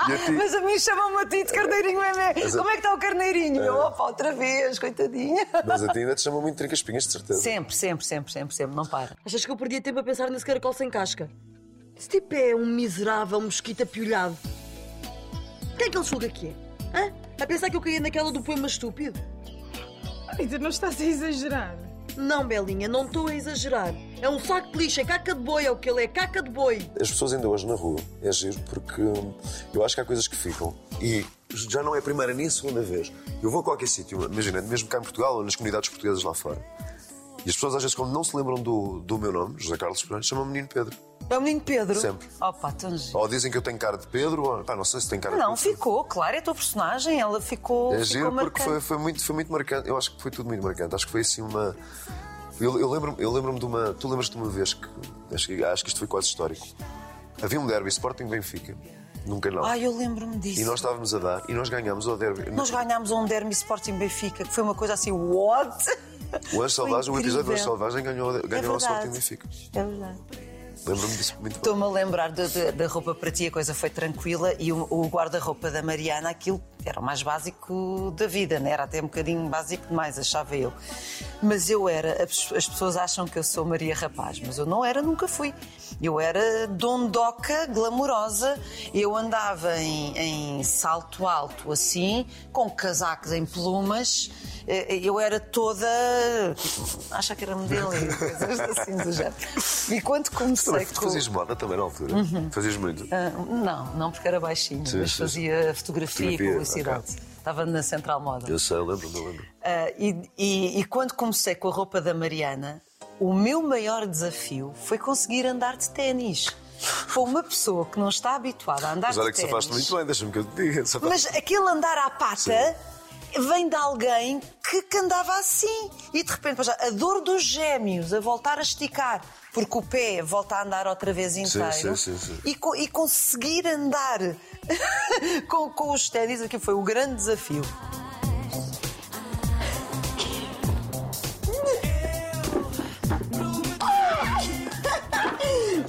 Speaker 2: e a ti-
Speaker 1: Mas a mim chamam-me a ti de carneirinho memé.
Speaker 2: Mas a-
Speaker 1: Como é que está o carneirinho?
Speaker 2: É.
Speaker 1: Eu, opa, outra vez, coitadinha.
Speaker 2: Mas a ti ainda te chamam muito trinca-espinhas, de certeza.
Speaker 1: Sempre, sempre, sempre, sempre, sempre, não para.
Speaker 13: Achas que eu perdia tempo a pensar nesse caracol sem casca? Esse tipo é um miserável mosquito apiolhado. Quem é que ele julga que é? Hã? A pensar que eu caía naquela do poema estúpido? Ainda não estás a exagerar. Não, Belinha, não estou a exagerar. É um saco de lixo, é caca de boi, é o que ele é, caca de boi.
Speaker 2: As pessoas ainda hoje na rua é giro porque hum, eu acho que há coisas que ficam e já não é a primeira nem a segunda vez. Eu vou a qualquer sítio, imagina, mesmo cá em Portugal ou nas comunidades portuguesas lá fora. E as pessoas às vezes, quando não se lembram do, do meu nome, José Carlos Pereira, chamam-me Menino Pedro.
Speaker 1: É o menino Pedro.
Speaker 2: Sempre.
Speaker 1: Opa, tão giro.
Speaker 2: Ou dizem que eu tenho cara de Pedro, ou pá, não sei se tenho cara
Speaker 1: Não,
Speaker 2: de
Speaker 1: ficou, claro, é a tua personagem, ela ficou.
Speaker 2: Pedro. É
Speaker 1: ficou
Speaker 2: giro porque
Speaker 1: marcante.
Speaker 2: foi, foi muito, foi muito marcante. Eu acho que foi tudo muito marcante. Acho que foi assim uma. Eu, eu lembro-me eu lembro de uma. Tu lembras-te de uma vez que. Acho, que- acho que isto foi quase histórico. Havia um derby Sporting Benfica, num canal.
Speaker 1: Ai, eu lembro-me disso.
Speaker 2: E nós estávamos a dar e nós ganhámos ao derby.
Speaker 1: Nós ganhámos um derby Sporting Benfica, que foi uma coisa assim, what?
Speaker 2: O Anjo Selvagem, o
Speaker 1: Foi
Speaker 2: episódio do Anjo
Speaker 1: incrível.
Speaker 2: Selvagem ganhou, ganhou
Speaker 1: verdade.
Speaker 2: ao Sporting Benfica.
Speaker 1: É verdade.
Speaker 2: Lembro-me disso muito bem.
Speaker 1: Estou-me a lembrar de- de- da roupa para ti, a coisa foi tranquila e o, o guarda-roupa da Mariana, aquilo era o mais básico da vida, né? era até um bocadinho básico demais, achava eu. Mas eu era, as as pessoas acham que eu sou Maria Rapaz, mas eu não era, nunca fui. Eu era dondoca, glamourosa, eu andava em, em salto alto assim, com casacos em plumas, Eh, eu era toda. tipo, acha que era modelo e coisas assim do género. E quando
Speaker 2: Tu também
Speaker 1: comecei
Speaker 2: tu
Speaker 1: com.
Speaker 2: fazias moda também na altura.
Speaker 1: Uhum.
Speaker 2: Fazias muito.
Speaker 1: Ah, não, não porque era baixinho,
Speaker 2: Sim,
Speaker 1: mas
Speaker 2: sim.
Speaker 1: fazia fotografia, e
Speaker 2: Fotografia,
Speaker 1: publicidade. Estava na Central Moda.
Speaker 2: Eu sei, eu lembro-me, eu lembro.
Speaker 1: Ah, e, e- e quando comecei com a roupa da Mariana, o meu maior desafio foi conseguir andar de ténis. Para uma pessoa que não está habituada a andar
Speaker 2: Mas olha
Speaker 1: de
Speaker 2: que safaste
Speaker 1: ténis.
Speaker 2: muito bem, deixa-me que eu te diga. safaste-
Speaker 1: Mas aquele andar à pata vem de alguém que, que andava assim. E de repente, pois, a dor dos gêmeos a voltar a esticar, porque o pé volta a andar outra vez inteiro.
Speaker 2: sim, sim, sim.
Speaker 1: E, co- e conseguir andar com, com os ténis, aqui foi o grande desafio.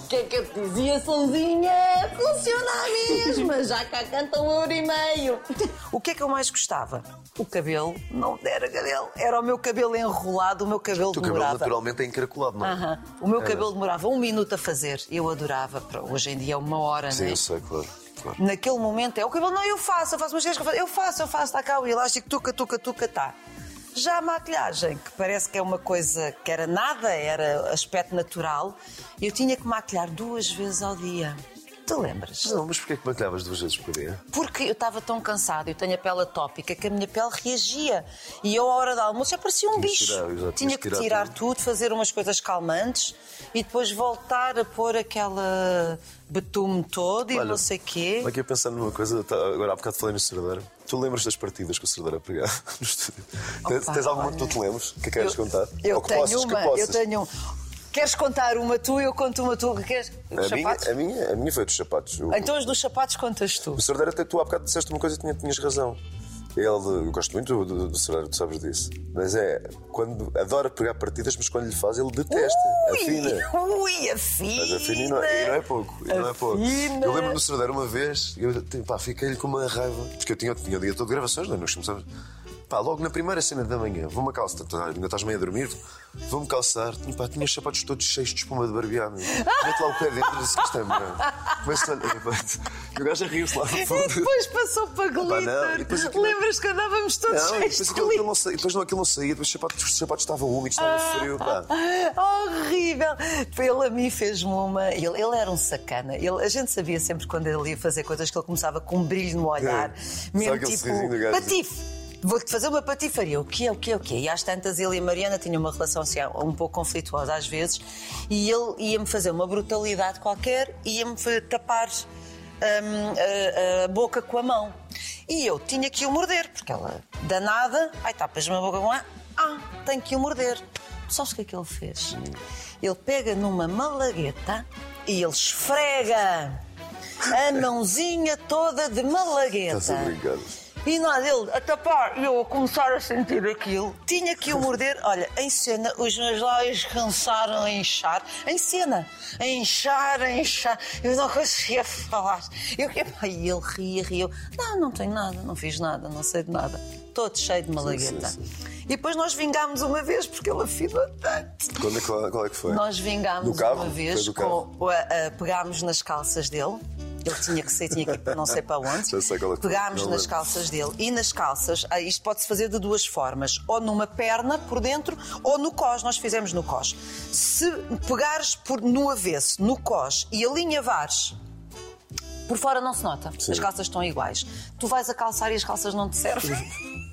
Speaker 7: O que é que eu te dizia, Sonzinha? Funciona a mesma, já cá canta um euro e meio.
Speaker 1: O que é que eu mais gostava? O cabelo não era cabelo, era o meu cabelo enrolado, o meu cabelo
Speaker 2: O teu cabelo
Speaker 1: demorava.
Speaker 2: naturalmente é encaracolado, não é?
Speaker 1: Aham. O meu
Speaker 2: É.
Speaker 1: cabelo demorava um minuto a fazer, eu adorava. Para- Hoje em dia é uma hora,
Speaker 2: Sim,
Speaker 1: né?
Speaker 2: eu sei, claro. claro.
Speaker 1: Naquele momento é o cabelo, não, eu faço, eu faço, mas queres que eu faça? Eu faço, eu faço, está cá o elástico, tuca, tuca, tuca, tá. Já a maquilhagem, que parece que é uma coisa que era nada, era aspecto natural, eu tinha que maquilhar duas vezes ao dia. Tu lembras?
Speaker 2: Não, mas porquê que maquilhavas duas vezes por dia?
Speaker 1: Porque eu estava tão cansada, eu tenho a pele atópica, que a minha pele reagia. E eu, à hora do almoço, já parecia um
Speaker 2: Tinha que
Speaker 1: bicho.
Speaker 2: tirar, exato,
Speaker 1: Tinha que tirar tudo, fazer umas coisas calmantes e depois voltar a pôr aquela betume todo e
Speaker 2: Olha, é
Speaker 1: não sei quê.
Speaker 2: Aqui a pensar numa coisa, tá- agora há bocado falei no Cerdeira. Tu lembras das partidas que o Cerdeira pegava no estúdio? Tens, tens alguma que tu te lembres que queres contar?
Speaker 1: Eu
Speaker 2: Ou que
Speaker 1: tenho
Speaker 2: possas, que
Speaker 1: uma, eu
Speaker 2: possas?
Speaker 1: tenho um. Queres contar uma tu, eu conto uma tu. Queres? Os
Speaker 2: A minha,
Speaker 1: sapatos?
Speaker 2: a, minha, a minha foi dos sapatos. Eu-
Speaker 1: Então os dos sapatos contas tu.
Speaker 2: O Cerdeira, até tu há bocado disseste uma coisa e tinha- tinhas razão. Ele, eu gosto muito do, do, do Cerdeira, tu sabes disso. Mas é, quando adora pegar partidas, mas quando lhe faz, ele detesta. afina.
Speaker 1: Ui, afina.
Speaker 2: Mas afina e não, e não é pouco. E não é pouco.
Speaker 1: Afina.
Speaker 2: Eu lembro do Cerdeira uma vez, eu tipo, pá, fiquei-lhe com uma raiva. Porque eu tinha, tinha o dia todo de gravações, não é? Nós começamos. Pá, logo na primeira cena da manhã, vou-me calçar, tá, ainda estás meio a dormir, vou-me calçar, e, pá, tinha os sapatos todos cheios de espuma de barbear, meu. mete lá o pé dentro, disse que isto é meu. Começa a olhar, pá, e o gajo a rir-se lá no
Speaker 1: E
Speaker 2: fundo.
Speaker 1: depois passou para
Speaker 2: Epá, não, e
Speaker 1: glitter.
Speaker 2: depois aquilo- é
Speaker 1: Lembras que andávamos todos
Speaker 2: Não, e
Speaker 1: cheios
Speaker 2: depois,
Speaker 1: de
Speaker 2: aquilo, aquilo não saía, depois não, aquilo não saía, depois os sapatos, os sapatos estavam úmidos, estava frio,
Speaker 1: Ah, tá,
Speaker 2: pá.
Speaker 1: Horrível! Ele a mim fez-me uma. Ele, ele era um sacana. Ele- a gente sabia sempre quando ele ia fazer coisas que ele começava com um brilho no olhar,
Speaker 2: É. Só
Speaker 1: mesmo
Speaker 2: aquele
Speaker 1: tipo.
Speaker 2: sorrisinho do gajo.
Speaker 1: Patife! Vou-te fazer uma patifaria. O que é, o que é, o que é? E às tantas ele e a Mariana tinham uma relação assim, um pouco conflituosa às vezes e ele ia-me fazer uma brutalidade qualquer e ia-me fa- tapar hum, a, a boca com a mão. E eu tinha que o morder, porque ela danada, ai tapas-me a boca com a ah, tenho que o morder. Sabes o que é que ele fez? Ele pega numa malagueta e ele esfrega a mãozinha toda de
Speaker 2: Estás a
Speaker 1: malagueta.
Speaker 2: brincar.
Speaker 1: E nós, ele a tapar e eu a começar a sentir aquilo. Tinha que o morder. Olha, em cena, os meus lábios cansaram a inchar. Em cena, a inchar, a inchar. Eu não conseguia falar. Eu, e ele ria, riu. Não, não tenho nada, não fiz nada, não sei de nada. Todo cheio de malagueta.
Speaker 2: sim,
Speaker 1: E depois nós vingámos uma vez porque ele afinou tanto.
Speaker 2: Quando é que, qual é que foi?
Speaker 1: Nós vingámos
Speaker 2: Do carro?
Speaker 1: uma
Speaker 2: Foi
Speaker 1: vez,
Speaker 2: do carro.
Speaker 1: com- a- a- pegámos nas calças dele. Ele tinha que sair, tinha que ir para não sei para onde.
Speaker 2: Já sei qual é que foi.
Speaker 1: Pegámos
Speaker 2: Não
Speaker 1: nas
Speaker 2: lembro.
Speaker 1: calças dele. E nas calças, ah, isto pode-se fazer de duas formas: ou numa perna por dentro, ou no cós. Nós fizemos no cós. Se pegares por, no avesso, no cós, e alinhavares. Por fora não se nota,
Speaker 2: Sim.
Speaker 1: as calças estão iguais. Tu vais a calçar e as calças não te servem.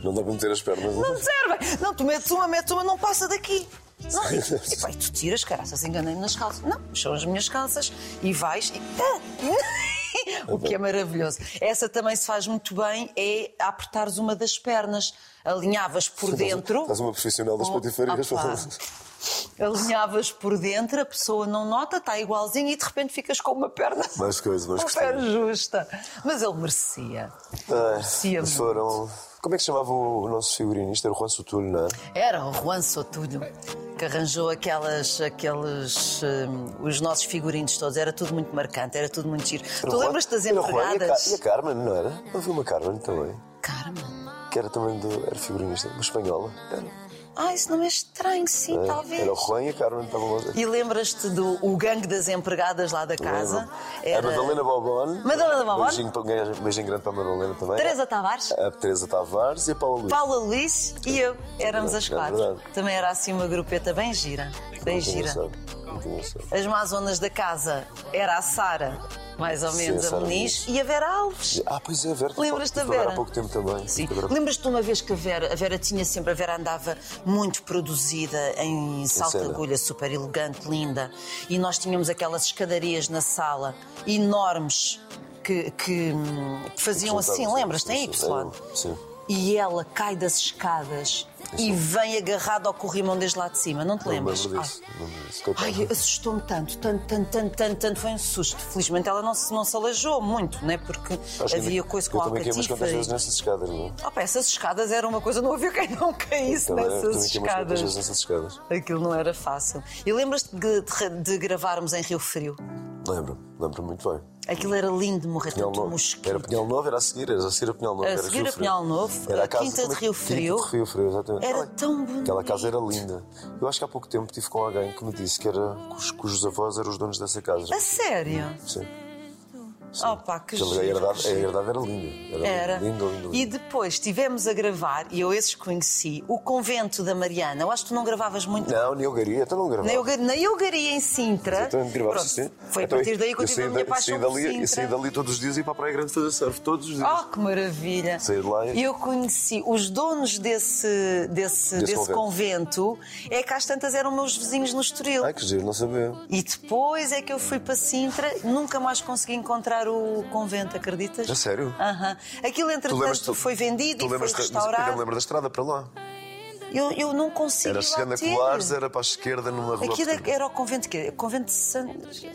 Speaker 2: Não dá para meter as pernas.
Speaker 1: Não te servem! Não, tu metes uma, metes uma, não passa daqui. Não, e, e, pá, e tu tiras, caraças, enganei-me nas calças. Não, são as minhas calças e vais e. Ah! o que é maravilhoso. Essa também se faz muito bem, é apertares uma das pernas. Alinhavas por dentro.
Speaker 2: Estás uma profissional das patifarias.
Speaker 1: Opa. Alinhavas por dentro, a pessoa não nota, está igualzinho e de repente ficas com uma perna.
Speaker 2: Mais coisas, Ah, mais
Speaker 1: uma perna justa. Mas ele merecia.
Speaker 2: Ah, foram. Como é que se chamava o o nosso figurinista? Era o Juan Sotulho, não é?
Speaker 1: Era o Juan Sotulho que arranjou aquelas, aqueles, hum, os nossos figurinos todos. Era tudo muito marcante, era tudo muito giro.
Speaker 2: Era
Speaker 1: tu
Speaker 2: o Juan-
Speaker 1: lembras das
Speaker 2: era o Juan e a Ca- E a
Speaker 1: empregadas?
Speaker 2: Carmen, não era? Houve uma Carmen também. Carmen? Que era também do, era figurinista, uma espanhola. Era.
Speaker 1: Ah, isso não é estranho, sim,
Speaker 2: Era.
Speaker 1: talvez.
Speaker 2: Era o Juan e a Carmen estavam lá.
Speaker 1: E lembras-te do o gangue das empregadas lá da casa?
Speaker 2: A Madalena Bobon.
Speaker 1: Madalena Bobon.
Speaker 2: Beijinho, para- beijinho grande para a Madalena também.
Speaker 1: Teresa Tavares.
Speaker 2: A Teresa Tavares e a Paula Luís.
Speaker 1: Paula Luís e eu. Éramos as
Speaker 2: É
Speaker 1: quatro.
Speaker 2: verdade.
Speaker 1: Também era assim uma grupeta bem gira. Bem
Speaker 2: Muito
Speaker 1: gira.
Speaker 2: engraçado, Muito engraçado.
Speaker 1: As mazonas da casa era a Sara, mais ou
Speaker 2: Sim,
Speaker 1: menos,
Speaker 2: a
Speaker 1: a
Speaker 2: Sara
Speaker 1: Meniz,
Speaker 2: Muniz.
Speaker 1: e a Vera Alves.
Speaker 2: Ah, pois é, a Vera.
Speaker 1: Lembras-te da
Speaker 2: Foi agora
Speaker 1: Vera?
Speaker 2: Há pouco tempo também. Sim.
Speaker 1: Lembras-te de uma vez que a Vera, a Vera tinha sempre, a Vera andava muito produzida em salto de
Speaker 2: cena.
Speaker 1: agulha, super elegante, linda, e nós tínhamos aquelas escadarias na sala enormes que, que, hum, que faziam assim, lembras-te? Em Y.
Speaker 2: Sim.
Speaker 1: E ela cai das escadas e vem agarrada ao corrimão desde lá de cima, não te lembras?
Speaker 2: Lembro disso. Lembro disso. Coitado.
Speaker 1: Ai, ai, assustou-me tanto, tanto, tanto, tanto, tanto, tanto, foi um susto. Felizmente ela não se, não se alejou muito, né? porque
Speaker 2: Acho que
Speaker 1: havia
Speaker 2: ainda-
Speaker 1: coisa tipo, com
Speaker 2: Eu
Speaker 1: a
Speaker 2: também caí umas quantas vezes
Speaker 1: alcatifa.
Speaker 2: nessas escadas, não é?
Speaker 1: Ah, pá, essas escadas era uma coisa, não havia quem não caísse
Speaker 2: Também- também
Speaker 1: nessas
Speaker 2: caí umas quantas
Speaker 1: escadas.
Speaker 2: vezes nessas escadas.
Speaker 1: Aquilo não era fácil. E lembras-te de, de- de gravarmos em Rio Frio?
Speaker 2: Lembro, lembro muito bem.
Speaker 1: Aquilo era lindo de morrer,
Speaker 2: Pinhal
Speaker 1: tanto
Speaker 2: Novo.
Speaker 1: mosquito.
Speaker 2: Era Pinhal Novo, era a seguir, era a seguir a Pinhal Novo.
Speaker 1: A
Speaker 2: era
Speaker 1: seguir
Speaker 2: Rio
Speaker 1: a Pinhal Novo,
Speaker 2: Era
Speaker 1: a
Speaker 2: casa
Speaker 1: Quinta de
Speaker 2: também-
Speaker 1: Rio Frio.
Speaker 2: Quinta de Rio Frio, exatamente.
Speaker 1: Era
Speaker 2: Ai,
Speaker 1: tão bonito.
Speaker 2: Aquela casa era linda. Eu acho que há pouco tempo tive com alguém que me disse que era cujos, cujos avós eram os donos dessa casa.
Speaker 1: A sério?
Speaker 2: Sim.
Speaker 1: Oh, pá, que
Speaker 2: Aquela- a,
Speaker 1: giro,
Speaker 2: herdade,
Speaker 1: que
Speaker 2: a
Speaker 1: giro.
Speaker 2: herdade era linda. Era,
Speaker 1: Era.
Speaker 2: linda, linda, linda.
Speaker 1: E depois estivemos a gravar, e eu esses conheci, o convento da Mariana. Eu acho que tu não gravavas muito.
Speaker 2: Não, nem eu garia, então não gravava.
Speaker 1: Na, Euga- na Eugaria em Sintra.
Speaker 2: Exatamente, gravava
Speaker 1: Pronto,
Speaker 2: sim.
Speaker 1: Foi a
Speaker 2: Então,
Speaker 1: partir daí que eu tive
Speaker 2: saí
Speaker 1: a minha
Speaker 2: da- saí
Speaker 1: paixão por
Speaker 2: dali, Eu saí
Speaker 1: Sintra.
Speaker 2: dali todos os dias e ia para a Praia Grande fazer surf, todos os dias.
Speaker 1: Oh, que maravilha!
Speaker 2: Saí de lá e-
Speaker 1: E eu conheci os donos desse, desse,
Speaker 2: Desse
Speaker 1: desse convento. é que às tantas eram meus vizinhos no Estoril.
Speaker 2: Ai, É que giro, não sabia.
Speaker 1: E depois é que eu fui para Sintra, nunca mais consegui encontrar o convento, acreditas?
Speaker 2: A sério?
Speaker 1: Aham. Aquilo,
Speaker 2: lembras-
Speaker 1: entretanto,
Speaker 2: tu-
Speaker 1: foi vendido
Speaker 2: Tu
Speaker 1: e foi
Speaker 2: lembras, da- mas eu ainda me
Speaker 1: restaurado.
Speaker 2: lembro da estrada para lá.
Speaker 1: Eu, eu não consigo.
Speaker 2: Era
Speaker 1: ir lá
Speaker 2: chegando a
Speaker 1: ter.
Speaker 2: Colares, era para a esquerda numa rua.
Speaker 1: Aquilo
Speaker 2: pequena.
Speaker 1: é- era o convento que Convento de San... não, não sei,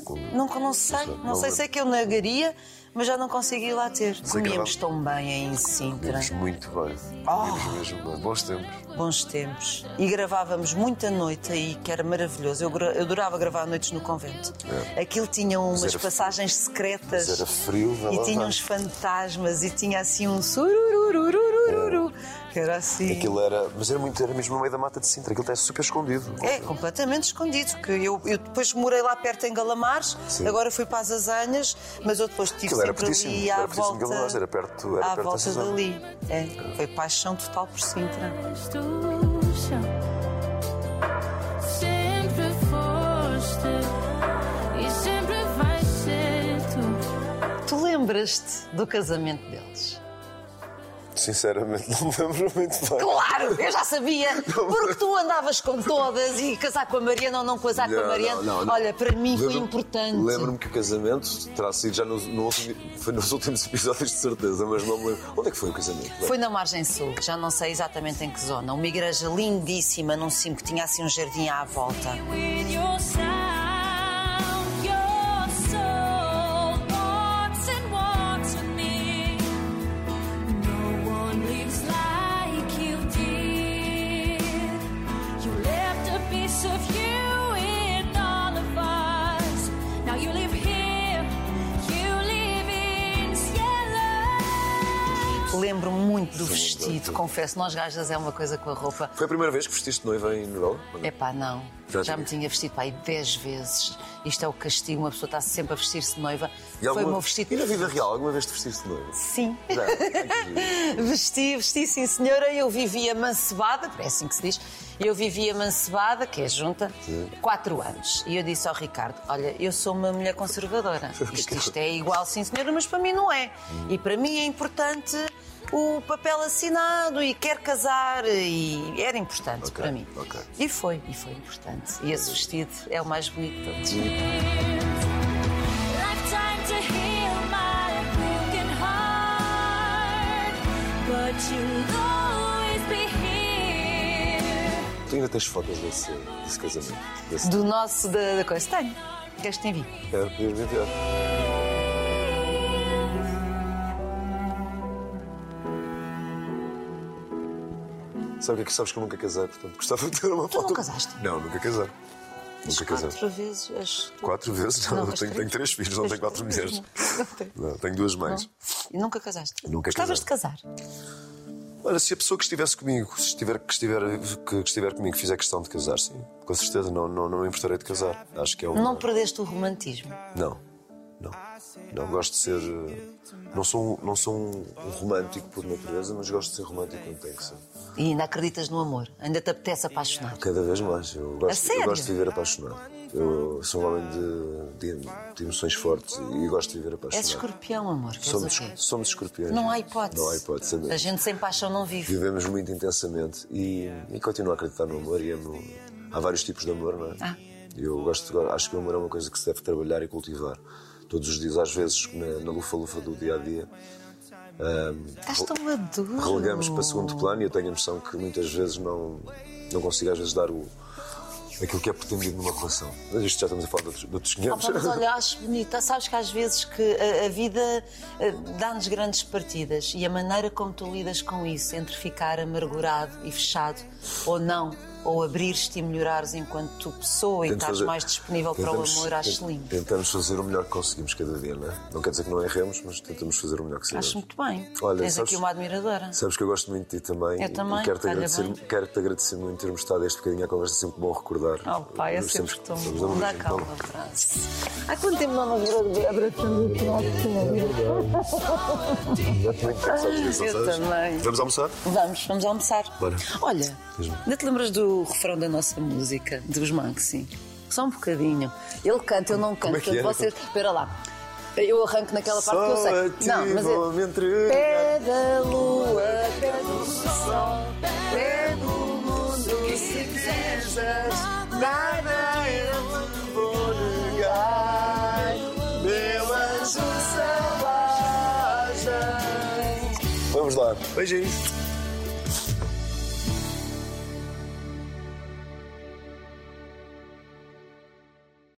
Speaker 1: não
Speaker 2: Não
Speaker 1: sei,
Speaker 2: lembro.
Speaker 1: sei que eu nagaria, mas já não consegui ir lá ter.
Speaker 2: Sei que
Speaker 1: Comíamos tão bem em Sintra.
Speaker 2: Vimos muito bem.
Speaker 1: Oh.
Speaker 2: Vimos mesmo bem. Bons tempos.
Speaker 1: Bons tempos. E gravávamos muita noite aí, que era maravilhoso. Eu, gra- eu adorava gravar noites no convento.
Speaker 2: É.
Speaker 1: Aquilo tinha
Speaker 2: Mas
Speaker 1: umas
Speaker 2: era-
Speaker 1: passagens secretas.
Speaker 2: mas era frio, vai
Speaker 1: E
Speaker 2: lá,
Speaker 1: tinha
Speaker 2: vai.
Speaker 1: uns fantasmas e tinha assim um sururururururu. Que era assim.
Speaker 2: Aquilo era. Mas era, muito, era mesmo no meio da mata de Sintra. Aquilo está super escondido.
Speaker 1: É, completamente escondido. Que eu, eu depois morei lá perto em Galamares,
Speaker 2: Sim.
Speaker 1: agora fui para as Azanhas, mas eu depois estive
Speaker 2: Aquilo era
Speaker 1: sempre
Speaker 2: pertíssimo.
Speaker 1: ali à
Speaker 2: Era pertíssimo de
Speaker 1: volta.
Speaker 2: Galarás, era perto. Era
Speaker 1: à
Speaker 2: perto
Speaker 1: volta
Speaker 2: dessa zona.
Speaker 1: dali. É, foi paixão total por Sintra.
Speaker 8: Sempre foste e sempre vais ser tu.
Speaker 1: Tu lembras-te do casamento deles?
Speaker 2: Sinceramente, não me lembro muito bem.
Speaker 1: Claro, eu já sabia, porque tu andavas com todas e casar com a Mariana ou não casar com a
Speaker 2: Não,
Speaker 1: Mariana.
Speaker 2: não, não.
Speaker 1: Olha, para mim foi
Speaker 2: Lembro-me-
Speaker 1: importante.
Speaker 2: Lembro-me que o casamento terá sido já no, no último- foi nos últimos episódios, de certeza, mas não me lembro. Onde é que foi o casamento?
Speaker 1: Foi na margem sul, já não sei exatamente em que zona. Uma igreja lindíssima num cimo que tinha assim um jardim à volta.
Speaker 8: With your sound, your soul.
Speaker 1: Lembro-me muito do
Speaker 2: Sim,
Speaker 1: vestido,
Speaker 2: exato.
Speaker 1: confesso. Nós gajas é uma coisa com a roupa.
Speaker 2: Foi a primeira vez que vestiste noiva em novela?
Speaker 1: Epá, não.
Speaker 2: Já
Speaker 1: Já me
Speaker 2: tinha.
Speaker 1: tinha vestido pá, aí 10 vezes. Isto é o castigo, uma pessoa está sempre a vestir-se de noiva.
Speaker 2: E alguma-
Speaker 1: Foi o meu vestido.
Speaker 2: E na vida real, alguma vez te vestiste noiva?
Speaker 1: Sim.
Speaker 2: Já.
Speaker 1: vesti, vesti, sim, senhora. Eu vivia mancebada, é assim que se diz. Eu vivia mancebada, que é junta,
Speaker 2: Sim.
Speaker 1: quatro anos. E eu disse ao Ricardo: Olha, eu sou uma mulher conservadora. Isto, isto é igual, sim, senhora, mas para mim não é. E para mim é importante o papel assinado e quer casar. E era importante para mim. E foi, e foi importante. E esse vestido é o mais bonito de todos.
Speaker 8: Lifetime to heal my broken heart, but you'll always be here.
Speaker 2: Tu ainda tens fotos desse, desse casamento? Desse...
Speaker 1: Do nosso, da, da coisa. Tenho. Queres te enviar?
Speaker 2: Quero poder viver. Sabe o que é que sabes que eu nunca casei, portanto gostava de ter uma foto.
Speaker 1: Não casaste?
Speaker 2: Não, nunca casei. Nunca casei.
Speaker 1: Quatro vezes. as-
Speaker 2: Quatro vezes? Não,
Speaker 1: Não,
Speaker 2: eu
Speaker 1: as
Speaker 2: tenho,
Speaker 1: três.
Speaker 2: tenho três filhos, não
Speaker 1: As
Speaker 2: tenho quatro
Speaker 1: três,
Speaker 2: mulheres.
Speaker 1: não. Não tenho.
Speaker 2: Não, tenho duas mães.
Speaker 1: E nunca casaste?
Speaker 2: Nunca
Speaker 1: Gostavas
Speaker 2: casei.
Speaker 1: de casar?
Speaker 2: Olha, se a pessoa que estivesse comigo, se estiver, que, estiver, que, que estiver comigo, fizer questão de casar, sim. Com certeza, não, não, não me importarei de casar. Acho que é uma.
Speaker 1: Não perdeste o romantismo.
Speaker 2: Não, não. Não gosto de ser. eh, Não sou, um- não sou um, um romântico por natureza, mas gosto de ser romântico quando tem que ser.
Speaker 1: E ainda acreditas no amor. Ainda te apetece apaixonar.
Speaker 2: Cada vez mais. Eu
Speaker 1: A
Speaker 2: gosto,
Speaker 1: sério?
Speaker 2: eu gosto de viver apaixonado. Eu sou um homem de, de, de emoções fortes e gosto de viver apaixonado.
Speaker 1: És escorpião, amor. Queres
Speaker 2: Somos,
Speaker 1: o quê?
Speaker 2: somos escorpiões.
Speaker 1: É Não há hipótese.
Speaker 2: Não há hipótese. é mesmo.
Speaker 1: A gente sem paixão não vive.
Speaker 2: Vivemos muito intensamente e, e continuo a acreditar no amor e amo. Há vários tipos de amor, não é?
Speaker 1: Ah.
Speaker 2: Eu gosto, acho que o amor é uma coisa que se deve trabalhar e cultivar. Todos os dias, às vezes, na, na lufa-lufa do dia a dia. ahm,
Speaker 1: Estás tão maduro.
Speaker 2: relegamos para segundo plano e eu tenho a noção que muitas vezes não, não consigo às vezes dar o, aquilo que é pretendido numa relação. Mas isto já estamos a falar de outros, de outros
Speaker 1: Ah,
Speaker 2: 500.
Speaker 1: pá, mas olha, acho bonito. Ah, Sabes que às vezes que a, a vida ah, dá-nos grandes partidas e a maneira como tu lidas com isso, entre ficar amargurado e fechado ou não, ou abrir-te e melhorares enquanto tu pessoa e
Speaker 2: Tento
Speaker 1: estás
Speaker 2: fazer-
Speaker 1: tá, mais disponível para o
Speaker 2: tentamos-
Speaker 1: amor, acho
Speaker 2: tent-
Speaker 1: lindo.
Speaker 2: Tentamos fazer o melhor que conseguimos cada dia, não é? Não quer dizer que não erremos, mas tentamos fazer o melhor que sabemos.
Speaker 1: Acho muito bem.
Speaker 2: Olha,
Speaker 1: Tens
Speaker 2: sabes-
Speaker 1: aqui uma admiradora.
Speaker 2: Sabes que eu gosto muito de ti também.
Speaker 1: Eu também,
Speaker 2: E quero-te
Speaker 1: olha,
Speaker 2: agradecer,
Speaker 1: bem.
Speaker 2: quero-te agradecer muito termos estado este bocadinho à conversa, sempre bom recordar.
Speaker 1: Oh, pá, é
Speaker 2: Nós
Speaker 1: sempre tão
Speaker 2: estamos
Speaker 1: bom.
Speaker 2: amigos,
Speaker 1: Dá
Speaker 2: então.
Speaker 1: calma, França.
Speaker 3: Há quanto tempo não nos abra- abraçamos aqui nós senhores?
Speaker 2: Sabes disso,
Speaker 1: Eu
Speaker 2: sabes?
Speaker 1: também.
Speaker 2: Vamos almoçar?
Speaker 1: Vamos, vamos almoçar.
Speaker 2: Bora.
Speaker 1: Olha, ainda te lembras do refrão da nossa música, dos Manxi? Só um bocadinho. Ele canta, eu não
Speaker 2: Como é
Speaker 1: canto.
Speaker 2: que era?
Speaker 1: Vocês, espera lá. Eu arranco naquela parte que eu sei. Não, mas é.
Speaker 2: me entregar.
Speaker 1: Pé da lua, pé do sol, pé do mundo, se desejas, nada eu te vou negar. Meu anjo selvagem.
Speaker 2: Vamos lá. Beijinhos.